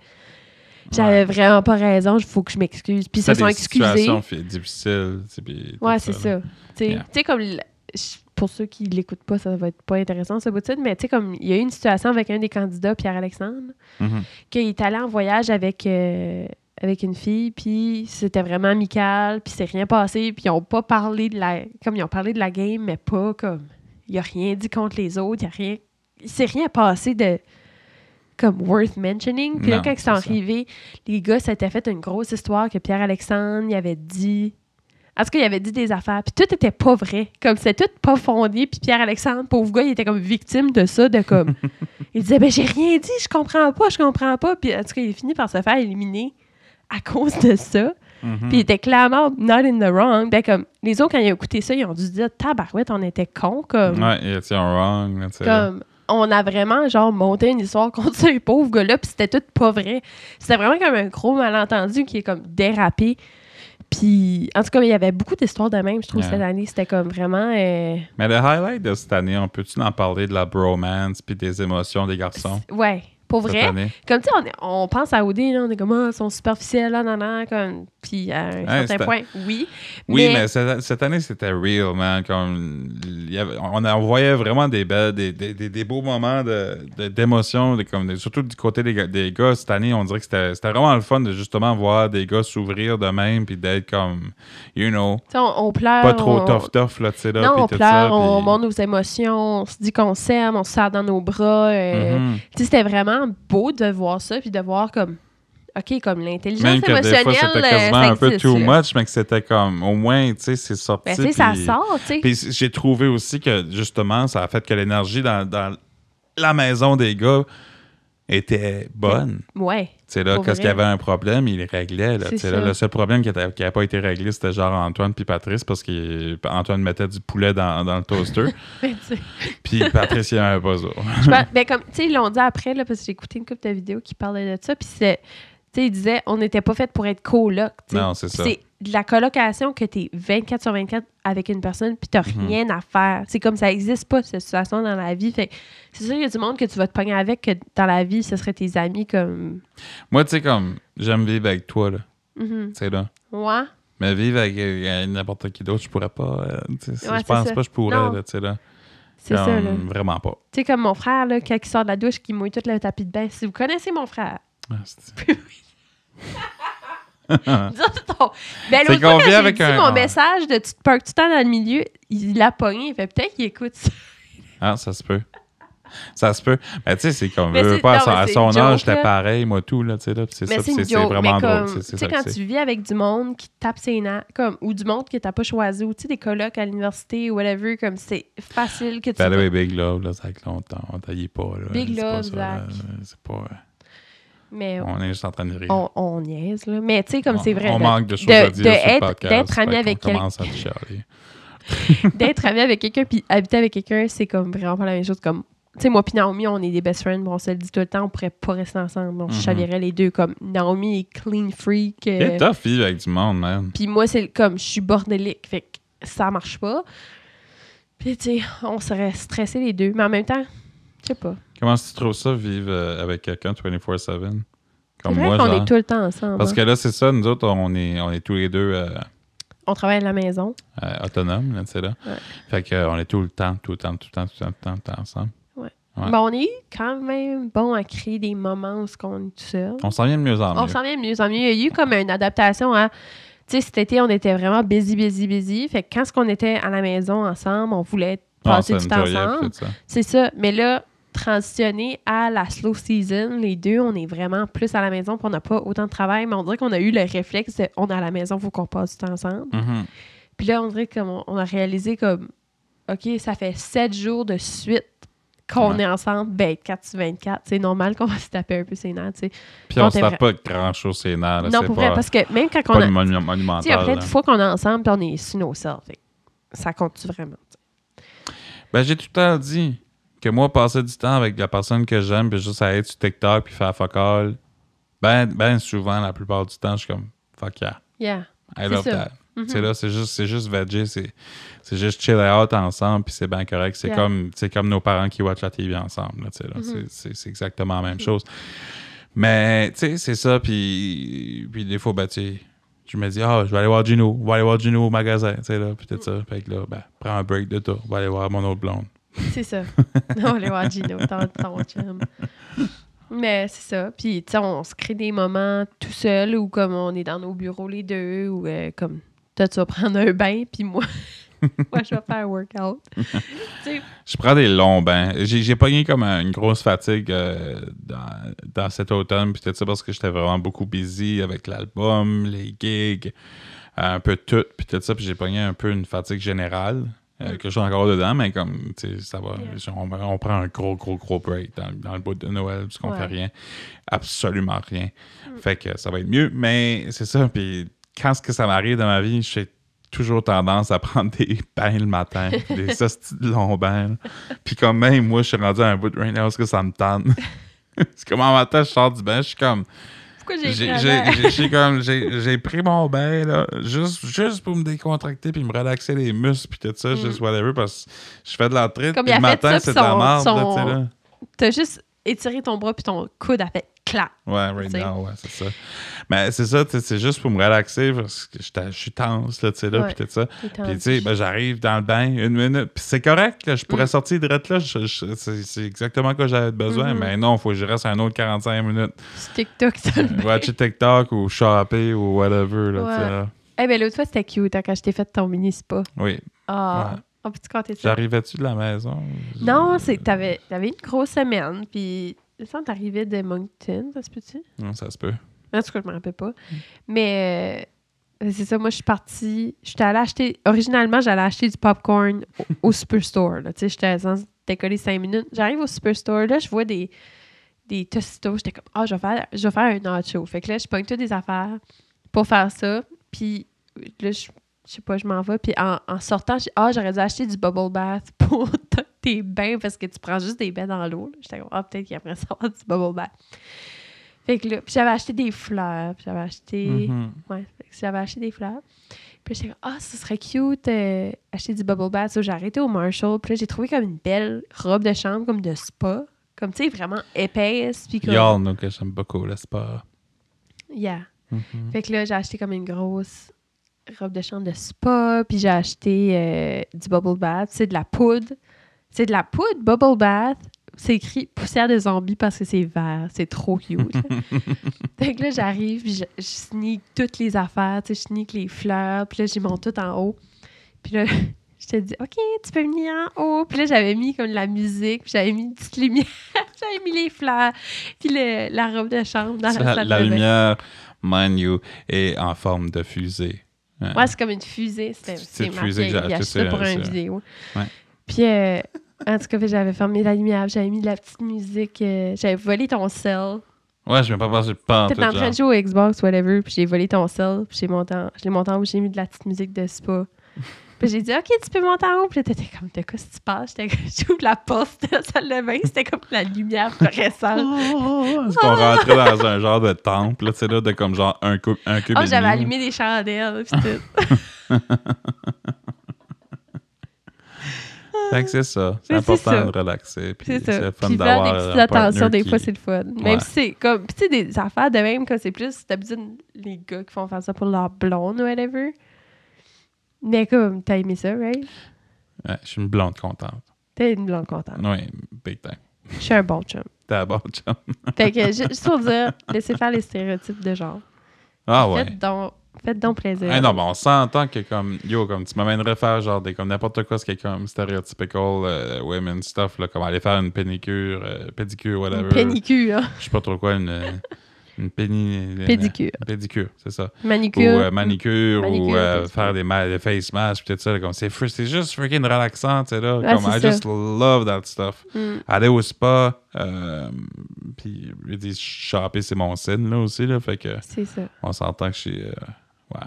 Speaker 2: J'avais vraiment pas raison, il faut que je m'excuse. Puis ils se
Speaker 1: C'était
Speaker 2: sont
Speaker 1: des
Speaker 2: excusés.
Speaker 1: situations fi- difficiles. tu sais, puis tout
Speaker 2: Ouais, c'est
Speaker 1: là.
Speaker 2: ça. Tu sais,
Speaker 1: Yeah.
Speaker 2: tu sais, comme. l- je- Pour ceux qui l'écoutent pas, ça va être pas intéressant, ce bout de titre, mais tu sais, comme il y a eu une situation avec un des candidats, Pierre-Alexandre,
Speaker 1: Mhm.
Speaker 2: qu'il est allé en voyage avec, euh, avec une fille, puis c'était vraiment amical, puis c'est rien passé, puis ils ont pas parlé de la... Comme ils ont parlé de la game, mais pas comme... Il a rien dit contre les autres, il a rien... Il s'est rien passé de... Comme worth mentioning. Puis là,
Speaker 1: Non,
Speaker 2: quand ils
Speaker 1: c'est
Speaker 2: sont
Speaker 1: ça.
Speaker 2: arrivés, les gars s'étaient fait une grosse histoire que Pierre-Alexandre, il avait dit... En tout cas, il avait dit des affaires, puis tout était pas vrai. Comme c'était tout pas fondé, puis Pierre-Alexandre, pauvre gars, il était comme victime de ça, de comme... Il disait, ben j'ai rien dit, je comprends pas, je comprends pas. Puis en tout cas, il finit par se faire éliminer à cause de ça.
Speaker 1: Mhm.
Speaker 2: Puis il était clairement not in the wrong. Ben, comme, les autres, quand ils ont écouté ça, ils ont dû se dire, tabarouette, on était cons, comme,
Speaker 1: Ouais, il était wrong. là, tu sais, là.
Speaker 2: comme on a vraiment, genre, monté une histoire contre ce pauvre gars-là, puis c'était tout pas vrai. C'était vraiment comme un gros malentendu qui est comme dérapé. Puis, en tout cas, il y avait beaucoup d'histoires de même, je trouve,
Speaker 1: Ouais.
Speaker 2: cette année. C'était comme vraiment. euh,
Speaker 1: Mais le highlight de cette année, on peut-tu en parler de la bromance puis des émotions des garçons
Speaker 2: Ouais, pour
Speaker 1: cette
Speaker 2: vrai.
Speaker 1: année?
Speaker 2: Comme tu sais, on est- on, pense à OD, là, on est comme, ah, ils sont superficiels, là, nan, nan, comme, puis à un certain
Speaker 1: c'était-
Speaker 2: point, oui.
Speaker 1: Oui, mais,
Speaker 2: mais
Speaker 1: cette, cette année, c'était real, man. Comme, il y avait- on en voyait vraiment des, belles, des, des- des- des beaux moments de- de- d'émotion, de, comme des- surtout du côté des, gars- des gars. Cette année, on dirait que c'était c'était vraiment le fun de justement voir des gars s'ouvrir de même puis d'être comme, you know,
Speaker 2: tu sais, on, on pleure.
Speaker 1: pas trop
Speaker 2: Ah, on-
Speaker 1: tough, tough, là, tu sais, là.
Speaker 2: Non,
Speaker 1: puis
Speaker 2: on
Speaker 1: tout
Speaker 2: pleure,
Speaker 1: ça,
Speaker 2: on
Speaker 1: puis-
Speaker 2: montre nos émotions, on se dit qu'on s'aime, on se serre dans nos bras. euh,
Speaker 1: Mhm.
Speaker 2: Tu sais, c'était vraiment beau de voir ça, puis de voir comme, OK, comme l'intelligence
Speaker 1: Même que des
Speaker 2: émotionnelle,
Speaker 1: fois, c'était
Speaker 2: euh,
Speaker 1: quasiment
Speaker 2: ça
Speaker 1: un peu
Speaker 2: existe,
Speaker 1: too
Speaker 2: là.
Speaker 1: much, mais que c'était comme, au moins, tu sais, c'est sorti.
Speaker 2: Ben, tu sais, ça
Speaker 1: puis-
Speaker 2: sort, tu sais.
Speaker 1: Puis c- j'ai trouvé aussi que, justement, ça a fait que l'énergie dans, dans la maison des gars était bonne.
Speaker 2: Ouais.
Speaker 1: Tu sais, là,
Speaker 2: Pour
Speaker 1: quand
Speaker 2: vrai.
Speaker 1: il y avait un problème, il réglait. Là,
Speaker 2: C'est
Speaker 1: Tu sais, là,
Speaker 2: ça.
Speaker 1: le seul problème qui n'avait pas été réglé, c'était genre Antoine puis Patrice, parce qu'Antoine mettait du poulet dans, dans le toaster,
Speaker 2: Mais tu sais,
Speaker 1: puis Patrice, il n'y avait pas ça.
Speaker 2: Je pense- ben, comme, tu sais, ils l'ont dit après, là, parce que j'ai écouté une couple de vidéos qui parlaient de ça, puis c'est, tu sais, ils disaient, on n'était pas fait pour être coloc, tu sais.
Speaker 1: Non, c'est
Speaker 2: Puis
Speaker 1: ça.
Speaker 2: C'est de la colocation que t'es 24 sur 24 avec une personne, puis t'as
Speaker 1: Mhm.
Speaker 2: rien à faire. C'est comme ça n'existe pas, cette situation dans la vie. Fait que c'est sûr qu'il y a du monde que tu vas te pogner avec, que dans la vie, ce serait tes amis comme.
Speaker 1: Moi, tu sais, comme, j'aime vivre avec toi, là.
Speaker 2: Mhm.
Speaker 1: Tu sais, là.
Speaker 2: Ouais.
Speaker 1: Mais vivre avec euh, n'importe qui d'autre, je pourrais pas. euh, tu sais,
Speaker 2: Ouais,
Speaker 1: je
Speaker 2: c'est
Speaker 1: pense
Speaker 2: ça.
Speaker 1: pas que je pourrais,
Speaker 2: Non.
Speaker 1: là, tu sais, là.
Speaker 2: C'est ça,
Speaker 1: Comme,
Speaker 2: là.
Speaker 1: Vraiment pas.
Speaker 2: Tu sais, comme mon frère, là, quand il sort de la douche, qui mouille tout le tapis de bain. Si vous connaissez mon frère,
Speaker 1: Ah, c'est-
Speaker 2: Dis-donc ton- Ben,
Speaker 1: Ah. C'est
Speaker 2: l'autre fois,
Speaker 1: qu'on
Speaker 2: quand
Speaker 1: vit
Speaker 2: j'ai
Speaker 1: avec
Speaker 2: dit
Speaker 1: un-
Speaker 2: mon
Speaker 1: un-
Speaker 2: message de tu te parques tout le temps dans le milieu, il l'a pogné. Il fait peut-être qu'il écoute ça.
Speaker 1: Ah, ça se peut. Ça se peut. Mais tu sais, c'est comme,
Speaker 2: Mais
Speaker 1: veux,
Speaker 2: c'est-
Speaker 1: veux pas, à
Speaker 2: non,
Speaker 1: son-
Speaker 2: mais
Speaker 1: à
Speaker 2: c'est
Speaker 1: son
Speaker 2: une
Speaker 1: âge,
Speaker 2: joke,
Speaker 1: j'étais
Speaker 2: là.
Speaker 1: pareil, moi, tout, là, tu sais, là, puis c'est ça, puis
Speaker 2: Mais Ben, c'est
Speaker 1: c'est
Speaker 2: une
Speaker 1: c'est
Speaker 2: joke.
Speaker 1: vraiment
Speaker 2: mais
Speaker 1: drôle,
Speaker 2: comme,
Speaker 1: tu sais,
Speaker 2: tu
Speaker 1: c'est
Speaker 2: sais,
Speaker 1: ça
Speaker 2: quand
Speaker 1: que c'est.
Speaker 2: tu vis avec du monde qui te tape ses na- comme ou du monde que t'as pas choisi, ou tu sais, des colocs à l'université ou whatever, comme c'est facile que tu.
Speaker 1: By the way, Big Love, là, ça fait longtemps, on taillait pas, là.
Speaker 2: Big
Speaker 1: C'est pas
Speaker 2: Love,
Speaker 1: ça, là.
Speaker 2: Zach.
Speaker 1: C'est pas...
Speaker 2: mais
Speaker 1: On est juste en train de rire.
Speaker 2: on, on niaise, là. Mais tu sais, comme
Speaker 1: On-
Speaker 2: c'est vrai.
Speaker 1: On
Speaker 2: de-
Speaker 1: manque de choses
Speaker 2: de-
Speaker 1: à dire
Speaker 2: de
Speaker 1: sur le
Speaker 2: être-
Speaker 1: podcast.
Speaker 2: D'être ami
Speaker 1: fait
Speaker 2: avec
Speaker 1: qu'on
Speaker 2: quelqu'un.
Speaker 1: commence à te chialer.
Speaker 2: d'être ami avec quelqu'un puis habiter avec quelqu'un, c'est comme vraiment pas la même chose. Comme, tu sais, moi puis Naomi, on est des best friends, mais on se le dit tout le temps, on pourrait pas rester ensemble. Donc,
Speaker 1: Mhm.
Speaker 2: je chavirais les deux. Comme, Naomi est clean freak. euh,
Speaker 1: C'est tough vivre avec du monde, man.
Speaker 2: puis moi, c'est comme, je suis bordélique. Fait que ça marche pas. Puis, tu sais, on serait stressés les deux. Mais en même temps, je sais pas.
Speaker 1: Comment tu trouves ça, vivre euh, avec quelqu'un 24-7?
Speaker 2: C'est
Speaker 1: Comme
Speaker 2: vrai
Speaker 1: moi,
Speaker 2: qu'on
Speaker 1: genre.
Speaker 2: est tout le temps ensemble.
Speaker 1: Parce
Speaker 2: hein.
Speaker 1: que là, c'est ça, nous autres, on est, on est tous les deux euh,
Speaker 2: On travaille à la maison.
Speaker 1: euh, autonomes, là, tu sais, là.
Speaker 2: Ouais.
Speaker 1: Fait qu'on est tout le temps, tout le temps, tout le temps, tout le temps, tout le temps ensemble. Ouais.
Speaker 2: Mais on est quand même bon à créer des moments où on est tout seul.
Speaker 1: On s'en vient de mieux en mieux.
Speaker 2: On s'en vient de mieux en mieux. Il y a eu comme une adaptation à. Tu sais, cet été, on était vraiment busy, busy, busy. Fait que quand on était à la maison ensemble, on voulait
Speaker 1: Ah,
Speaker 2: passer
Speaker 1: ça
Speaker 2: du
Speaker 1: me
Speaker 2: temps
Speaker 1: dit rien, puis
Speaker 2: ensemble.
Speaker 1: tout ça.
Speaker 2: C'est ça. Mais là, transitionner à la slow season, les deux, on est vraiment plus à la maison, puis on n'a pas autant de travail. Mais on dirait qu'on a eu le réflexe de, on est à la maison, faut qu'on passe du temps ensemble.
Speaker 1: Mhm.
Speaker 2: Puis là, on dirait qu'on on a réalisé comme, OK, ça fait sept jours de suite qu'on
Speaker 1: Ouais.
Speaker 2: est ensemble, 24 sur 24. C'est normal qu'on va se taper un peu ses nerfs, tu sais.
Speaker 1: Puis
Speaker 2: Non,
Speaker 1: on se
Speaker 2: t'es
Speaker 1: tape pas grand-chose ses nerfs, là,
Speaker 2: Non,
Speaker 1: Ah, ben, c'est
Speaker 2: pour
Speaker 1: pas,
Speaker 2: vrai, parce que même quand
Speaker 1: pas hein.
Speaker 2: on a.
Speaker 1: du monu-
Speaker 2: Tu sais, il y a
Speaker 1: monumental.
Speaker 2: plein
Speaker 1: là.
Speaker 2: de fois qu'on est ensemble, puis on est sur nos sorts. Fait que Ça compte-tu vraiment? tu sais?
Speaker 1: Ben, j'ai tout le temps dit que moi, passer du temps avec la personne que j'aime, puis juste à être sur TikTok, puis faire fuck all, ben, ben souvent, la plupart du temps, je suis comme fuck yeah, Mm-hmm.
Speaker 2: Yeah.
Speaker 1: I
Speaker 2: C'est
Speaker 1: love
Speaker 2: ça.
Speaker 1: that.
Speaker 2: Mhm.
Speaker 1: C'est là, c'est juste, c'est juste veggie, c'est, c'est juste chill out ensemble, puis c'est bien correct. C'est
Speaker 2: Yeah. Mhm.
Speaker 1: comme, c'est comme nos parents qui watchent la TV ensemble, là, tu sais, là. C'est- c'est, c'est exactement la même chose. Mais, tu sais, c'est ça, puis, puis des fois, ben, tu sais, je me dis, ah, je vais aller voir Gino, on va aller voir Gino au magasin, tu sais, là, puis
Speaker 2: Mm.
Speaker 1: tout ça. Fait que là, ben, prends un break de tout, on va aller voir mon autre blonde.
Speaker 2: C'est ça. on va aller voir Gino, ton, ton chum. Mais c'est ça. Puis, tu sais, on se crée des moments tout seul ou comme on est dans nos bureaux les deux ou euh, comme toi, tu vas prendre un bain, puis moi, moi, je vais faire un workout. Tu sais,
Speaker 1: Je prends des longs bains. J'ai j'ai pogné comme un- une grosse fatigue euh, dans, dans cet automne, puis tout ça, parce que j'étais vraiment beaucoup busy avec l'album, les gigs, un peu tout, puis tout ça, puis j'ai pogné un peu une fatigue générale, euh, que je suis encore dedans, mais comme, tu sais, ça va. On, on prend un gros, gros, gros break dans, dans le bout de Noël, puisqu'on
Speaker 2: Ouais. Mm.
Speaker 1: fait rien. Absolument rien. Fait que ça va être mieux, mais c'est ça, puis quand ce que ça m'arrive dans ma vie, j'ai toujours tendance à prendre des bains le matin, puis des hosties de longs bains. là. Puis comme même, moi, je suis rendu à un bout de right now, est-ce que ça me tente? c'est comme en matin, je sors du bain, je suis comme...
Speaker 2: pourquoi j'ai
Speaker 1: J'ai
Speaker 2: écrit un
Speaker 1: j'ai-
Speaker 2: bain?
Speaker 1: j'ai- j'ai comme- j'ai- j'ai pris mon bain, là, juste, juste pour me décontracter, puis me relaxer les muscles, puis tout ça, juste whatever, parce que je fais de la traite,
Speaker 2: Mm. Comme
Speaker 1: puis
Speaker 2: il a
Speaker 1: le
Speaker 2: fait
Speaker 1: matin,
Speaker 2: ça,
Speaker 1: c'est de
Speaker 2: puis
Speaker 1: la
Speaker 2: son-
Speaker 1: marde, là,
Speaker 2: son-
Speaker 1: tu sais, là.
Speaker 2: T'as juste étiré ton bras, puis ton coude a fait clac.
Speaker 1: Ouais, right
Speaker 2: Tu sais.
Speaker 1: now, ouais, c'est ça. Mais c'est ça, tu sais, c'est juste pour me relaxer parce que j'étais- je suis tense, là, tu sais, là,
Speaker 2: Ouais.
Speaker 1: puis tout ça.
Speaker 2: T'es
Speaker 1: Puis, tu
Speaker 2: tendu.
Speaker 1: sais, ben, j'arrive dans le bain une minute, puis c'est correct, là, je
Speaker 2: Mm.
Speaker 1: pourrais sortir de là, je- je- c'est c'est exactement ce que j'avais besoin,
Speaker 2: Mhm.
Speaker 1: mais non, faut que je reste un autre 45 minutes.
Speaker 2: Sur TikTok, ça le bain.
Speaker 1: Watcher TikTok ou shopper ou whatever, là, tu sais,
Speaker 2: Ouais.
Speaker 1: là.
Speaker 2: Eh ben l'autre fois, c'était cute hein, quand je t'ai fait ton mini spa.
Speaker 1: Oui.
Speaker 2: Ah,
Speaker 1: Ouais.
Speaker 2: on peut-tu compter ça?
Speaker 1: J'arrivais-tu de la maison?
Speaker 2: Non, c'est t'avais avais une grosse semaine, puis il me semble que t'arrivais de Moncton, ça se peut-tu?
Speaker 1: Non, ça se peut.
Speaker 2: En tout cas, je me rappelle pas. Mais euh, c'est ça, moi, je suis partie. J'étais allée acheter. Originalement, j'allais acheter du popcorn au, au Superstore. là. Tu sais, j'étais sans décoller cinq minutes. J'arrive au Superstore, là, je vois des, des Tostitos. J'étais comme, ah, je, vais faire- je vais faire un nacho. Fait que là, je pogne toutes des affaires pour faire ça. Puis là, je. je sais pas, je m'en vais. Puis en, en sortant, j'ai ah, j'aurais dû acheter du bubble bath pour tes bains parce que tu prends juste des bains dans l'eau. là. J'étais comme, ah, peut-être qu'il aimerait savoir du bubble bath. Fait que là, puis j'avais acheté des fleurs, puis j'avais acheté.
Speaker 1: Mhm.
Speaker 2: Ouais, fait que j'avais acheté des fleurs. Puis j'étais comme, ah, ce serait cute, euh, acheter du bubble bath. So, j'ai arrêté au Marshall. Puis là, j'ai trouvé comme une belle robe de chambre, comme de spa. Comme, tu sais, vraiment épaisse. Puis comme.
Speaker 1: Y'all know que j'aime beaucoup le sport.
Speaker 2: Yeah.
Speaker 1: Mhm.
Speaker 2: Fait que là, j'ai acheté comme une grosse robe de chambre de spa. Puis j'ai acheté euh, du bubble bath. C'est de la poudre. C'est de la poudre bubble bath. C'est écrit poussière de zombie parce que c'est vert. C'est trop cute. fait que là, j'arrive, puis je, je sneak toutes les affaires. Tu sais, je sneak les fleurs. Puis là, j'y monte tout en haut. Puis là, Je te dis, OK, tu peux venir en haut. Puis là, j'avais mis comme de la musique, puis j'avais mis une petite lumière, j'avais mis les fleurs, puis le- la robe de chambre dans la
Speaker 1: Ça,
Speaker 2: salle
Speaker 1: la
Speaker 2: de bain.
Speaker 1: lumière, mind you, est en forme de fusée. Ouais.
Speaker 2: Ouais, c'est comme une fusée. C'était
Speaker 1: C'est
Speaker 2: c'est
Speaker 1: une
Speaker 2: marqué,
Speaker 1: fusée que j'ai
Speaker 2: il a
Speaker 1: achetée,
Speaker 2: acheté ça
Speaker 1: c'est-
Speaker 2: pour une
Speaker 1: c'est-
Speaker 2: vidéo.
Speaker 1: Ouais.
Speaker 2: Puis, euh, en tout cas, fait, j'avais fermé la lumière, j'avais mis de la petite musique, euh, j'avais volé ton sel.
Speaker 1: Ouais, je ne pas pensé pas en tout.
Speaker 2: T'étais en train
Speaker 1: genre.
Speaker 2: de jouer au Xbox, whatever, puis j'ai volé ton sel, puis j'ai monté en- je l'ai monté en haut, j'ai mis de la petite musique de Spa. Puis j'ai dit, OK, tu peux monter en haut. Puis là, t'étais comme, de quoi si tu parles? J'étais comme, j'ouvre la porte de la salle de bain, c'était comme la lumière fluorescente.
Speaker 1: Parce qu'on rentrait dans un genre de temple, là, tu sais, là, de comme genre un cube, un cube
Speaker 2: Oh,
Speaker 1: et
Speaker 2: j'avais
Speaker 1: demi,
Speaker 2: allumé des chandelles, puis tout.
Speaker 1: là. Fait que c'est ça. C'est
Speaker 2: Mais c'est
Speaker 1: important
Speaker 2: ça.
Speaker 1: de relaxer. puis
Speaker 2: C'est ça.
Speaker 1: le fun
Speaker 2: Puis faire
Speaker 1: d'avoir
Speaker 2: des petites
Speaker 1: un partner
Speaker 2: attentions, des
Speaker 1: qui-
Speaker 2: fois, c'est le fun.
Speaker 1: Ouais.
Speaker 2: Même si c'est comme, puis tu sais, des affaires de même, comme c'est plus, d'habitude, les gars qui font faire ça pour leur blonde, whatever. Mais comme, t'as aimé ça, right?
Speaker 1: Ouais, je suis une blonde contente.
Speaker 2: T'es une blonde contente.
Speaker 1: Oui, big time.
Speaker 2: Je suis un bon chum.
Speaker 1: T'es un bon chum.
Speaker 2: Fait que, ju- juste pour dire, laissez faire les stéréotypes de genre.
Speaker 1: Ah ouais.
Speaker 2: Faites, donc, faites donc plaisir.
Speaker 1: Hey, non, mais on s'entend que comme, yo, comme tu m'amènerais faire genre des, comme n'importe quoi, ce qui est comme stereotypical euh, women stuff, là, comme aller faire une pénicure, euh, pédicure, whatever.
Speaker 2: Une pénicure, hein.
Speaker 1: Je sais pas trop quoi, une, euh, une péni... une-
Speaker 2: pédicure,
Speaker 1: une pédicure, c'est ça.
Speaker 2: manicure.
Speaker 1: Ou euh, manicure,
Speaker 2: Manicure,
Speaker 1: ou euh,
Speaker 2: pédicure.
Speaker 1: faire des, ma- des face masks, pis tout ça, là, comme c'est fr- c'est juste freaking relaxant, tu sais, là.
Speaker 2: Ouais,
Speaker 1: comme,
Speaker 2: c'est
Speaker 1: I
Speaker 2: ça.
Speaker 1: just love that stuff.
Speaker 2: Mm.
Speaker 1: Aller au spa, euh, puis je dis, shopper, c'est mon signe, là, aussi, là, fait que
Speaker 2: C'est ça.
Speaker 1: on s'entend que je suis... euh, ouais.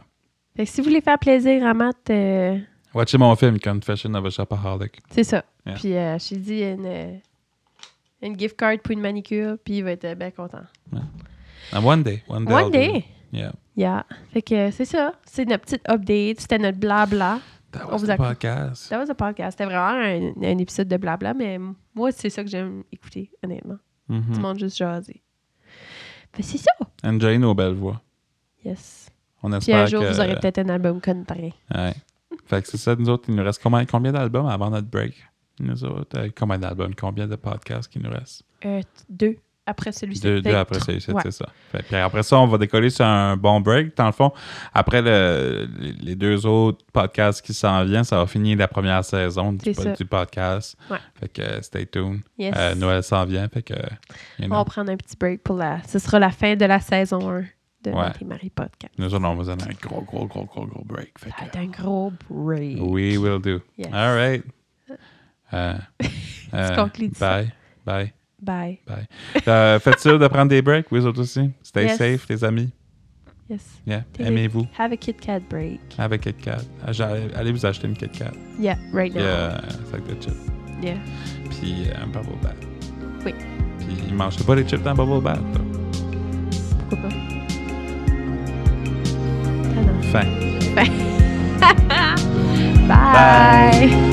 Speaker 2: Fait que si vous voulez faire plaisir à Matt, euh,
Speaker 1: Watchez mon film Confession of a Shopaholic.
Speaker 2: c'est ça.
Speaker 1: Yeah.
Speaker 2: Puis euh, je lui dis une, euh, une gift card pour une manicure, puis il va être euh, bien content.
Speaker 1: And Ah, one day, one day. I'll
Speaker 2: One
Speaker 1: do
Speaker 2: day!
Speaker 1: it. Yeah.
Speaker 2: Yeah. Fait que euh, c'est ça. C'est notre petite update. C'était notre blabla.
Speaker 1: That
Speaker 2: On
Speaker 1: was
Speaker 2: vous
Speaker 1: the
Speaker 2: a-
Speaker 1: podcast.
Speaker 2: That was a podcast. C'était vraiment un, un épisode de blabla, mais moi, c'est ça que j'aime écouter, honnêtement.
Speaker 1: Mhm.
Speaker 2: Tout le monde juste jaser. Fait que c'est ça.
Speaker 1: Enjoyez nos belles voix.
Speaker 2: Yes.
Speaker 1: On
Speaker 2: Puis
Speaker 1: espère
Speaker 2: un jour,
Speaker 1: que...
Speaker 2: vous aurez peut-être un album contemporain.
Speaker 1: Ouais. Fait que c'est ça, nous autres, il nous reste combien, combien d'albums avant notre break? Nous autres, euh, combien d'albums, combien de podcasts qu'il nous reste?
Speaker 2: Euh, t- deux après celui-ci.
Speaker 1: Deux,
Speaker 2: Fait
Speaker 1: deux
Speaker 2: que
Speaker 1: après ça, c'est
Speaker 2: ouais.
Speaker 1: c'est ça. Fait, puis après ça, on va décoller sur un bon break. Dans le fond, après le- les- les deux autres podcasts qui s'en viennent, ça va finir la première saison du,
Speaker 2: C'est ça.
Speaker 1: du podcast.
Speaker 2: Ouais.
Speaker 1: Fait que euh, stay tuned.
Speaker 2: Yes.
Speaker 1: Euh, Noël s'en vient, fait que... you
Speaker 2: on
Speaker 1: know.
Speaker 2: va prendre un petit break pour la. Ce sera la fin de la saison 1 de
Speaker 1: Ouais.
Speaker 2: Matt et Marie Podcast.
Speaker 1: Nous autres, on va donner un gros, gros, gros, gros, gros break. Fait
Speaker 2: Ça va être
Speaker 1: que,
Speaker 2: un gros break.
Speaker 1: we will do.
Speaker 2: Yes.
Speaker 1: All right. Euh, euh,
Speaker 2: conclus ça.
Speaker 1: bye. Bye.
Speaker 2: Bye.
Speaker 1: Bye. Euh, faites sûr de prendre des breaks, vous autres aussi. Stay
Speaker 2: Yes.
Speaker 1: safe, les amis.
Speaker 2: Yes.
Speaker 1: Yeah.
Speaker 2: Take it.
Speaker 1: Aimez-vous.
Speaker 2: Have a Kit Kat break.
Speaker 1: Avec KitKat. Allez allez vous acheter une KitKat.
Speaker 2: Yeah, right
Speaker 1: Puis,
Speaker 2: now.
Speaker 1: euh, sac de chips.
Speaker 2: Yeah.
Speaker 1: Puis euh, un bubble bath.
Speaker 2: Oui.
Speaker 1: Puis mangez pas les chips dans le bubble bath. là.
Speaker 2: Pourquoi pas? Ah non.
Speaker 1: Fin.
Speaker 2: Bye.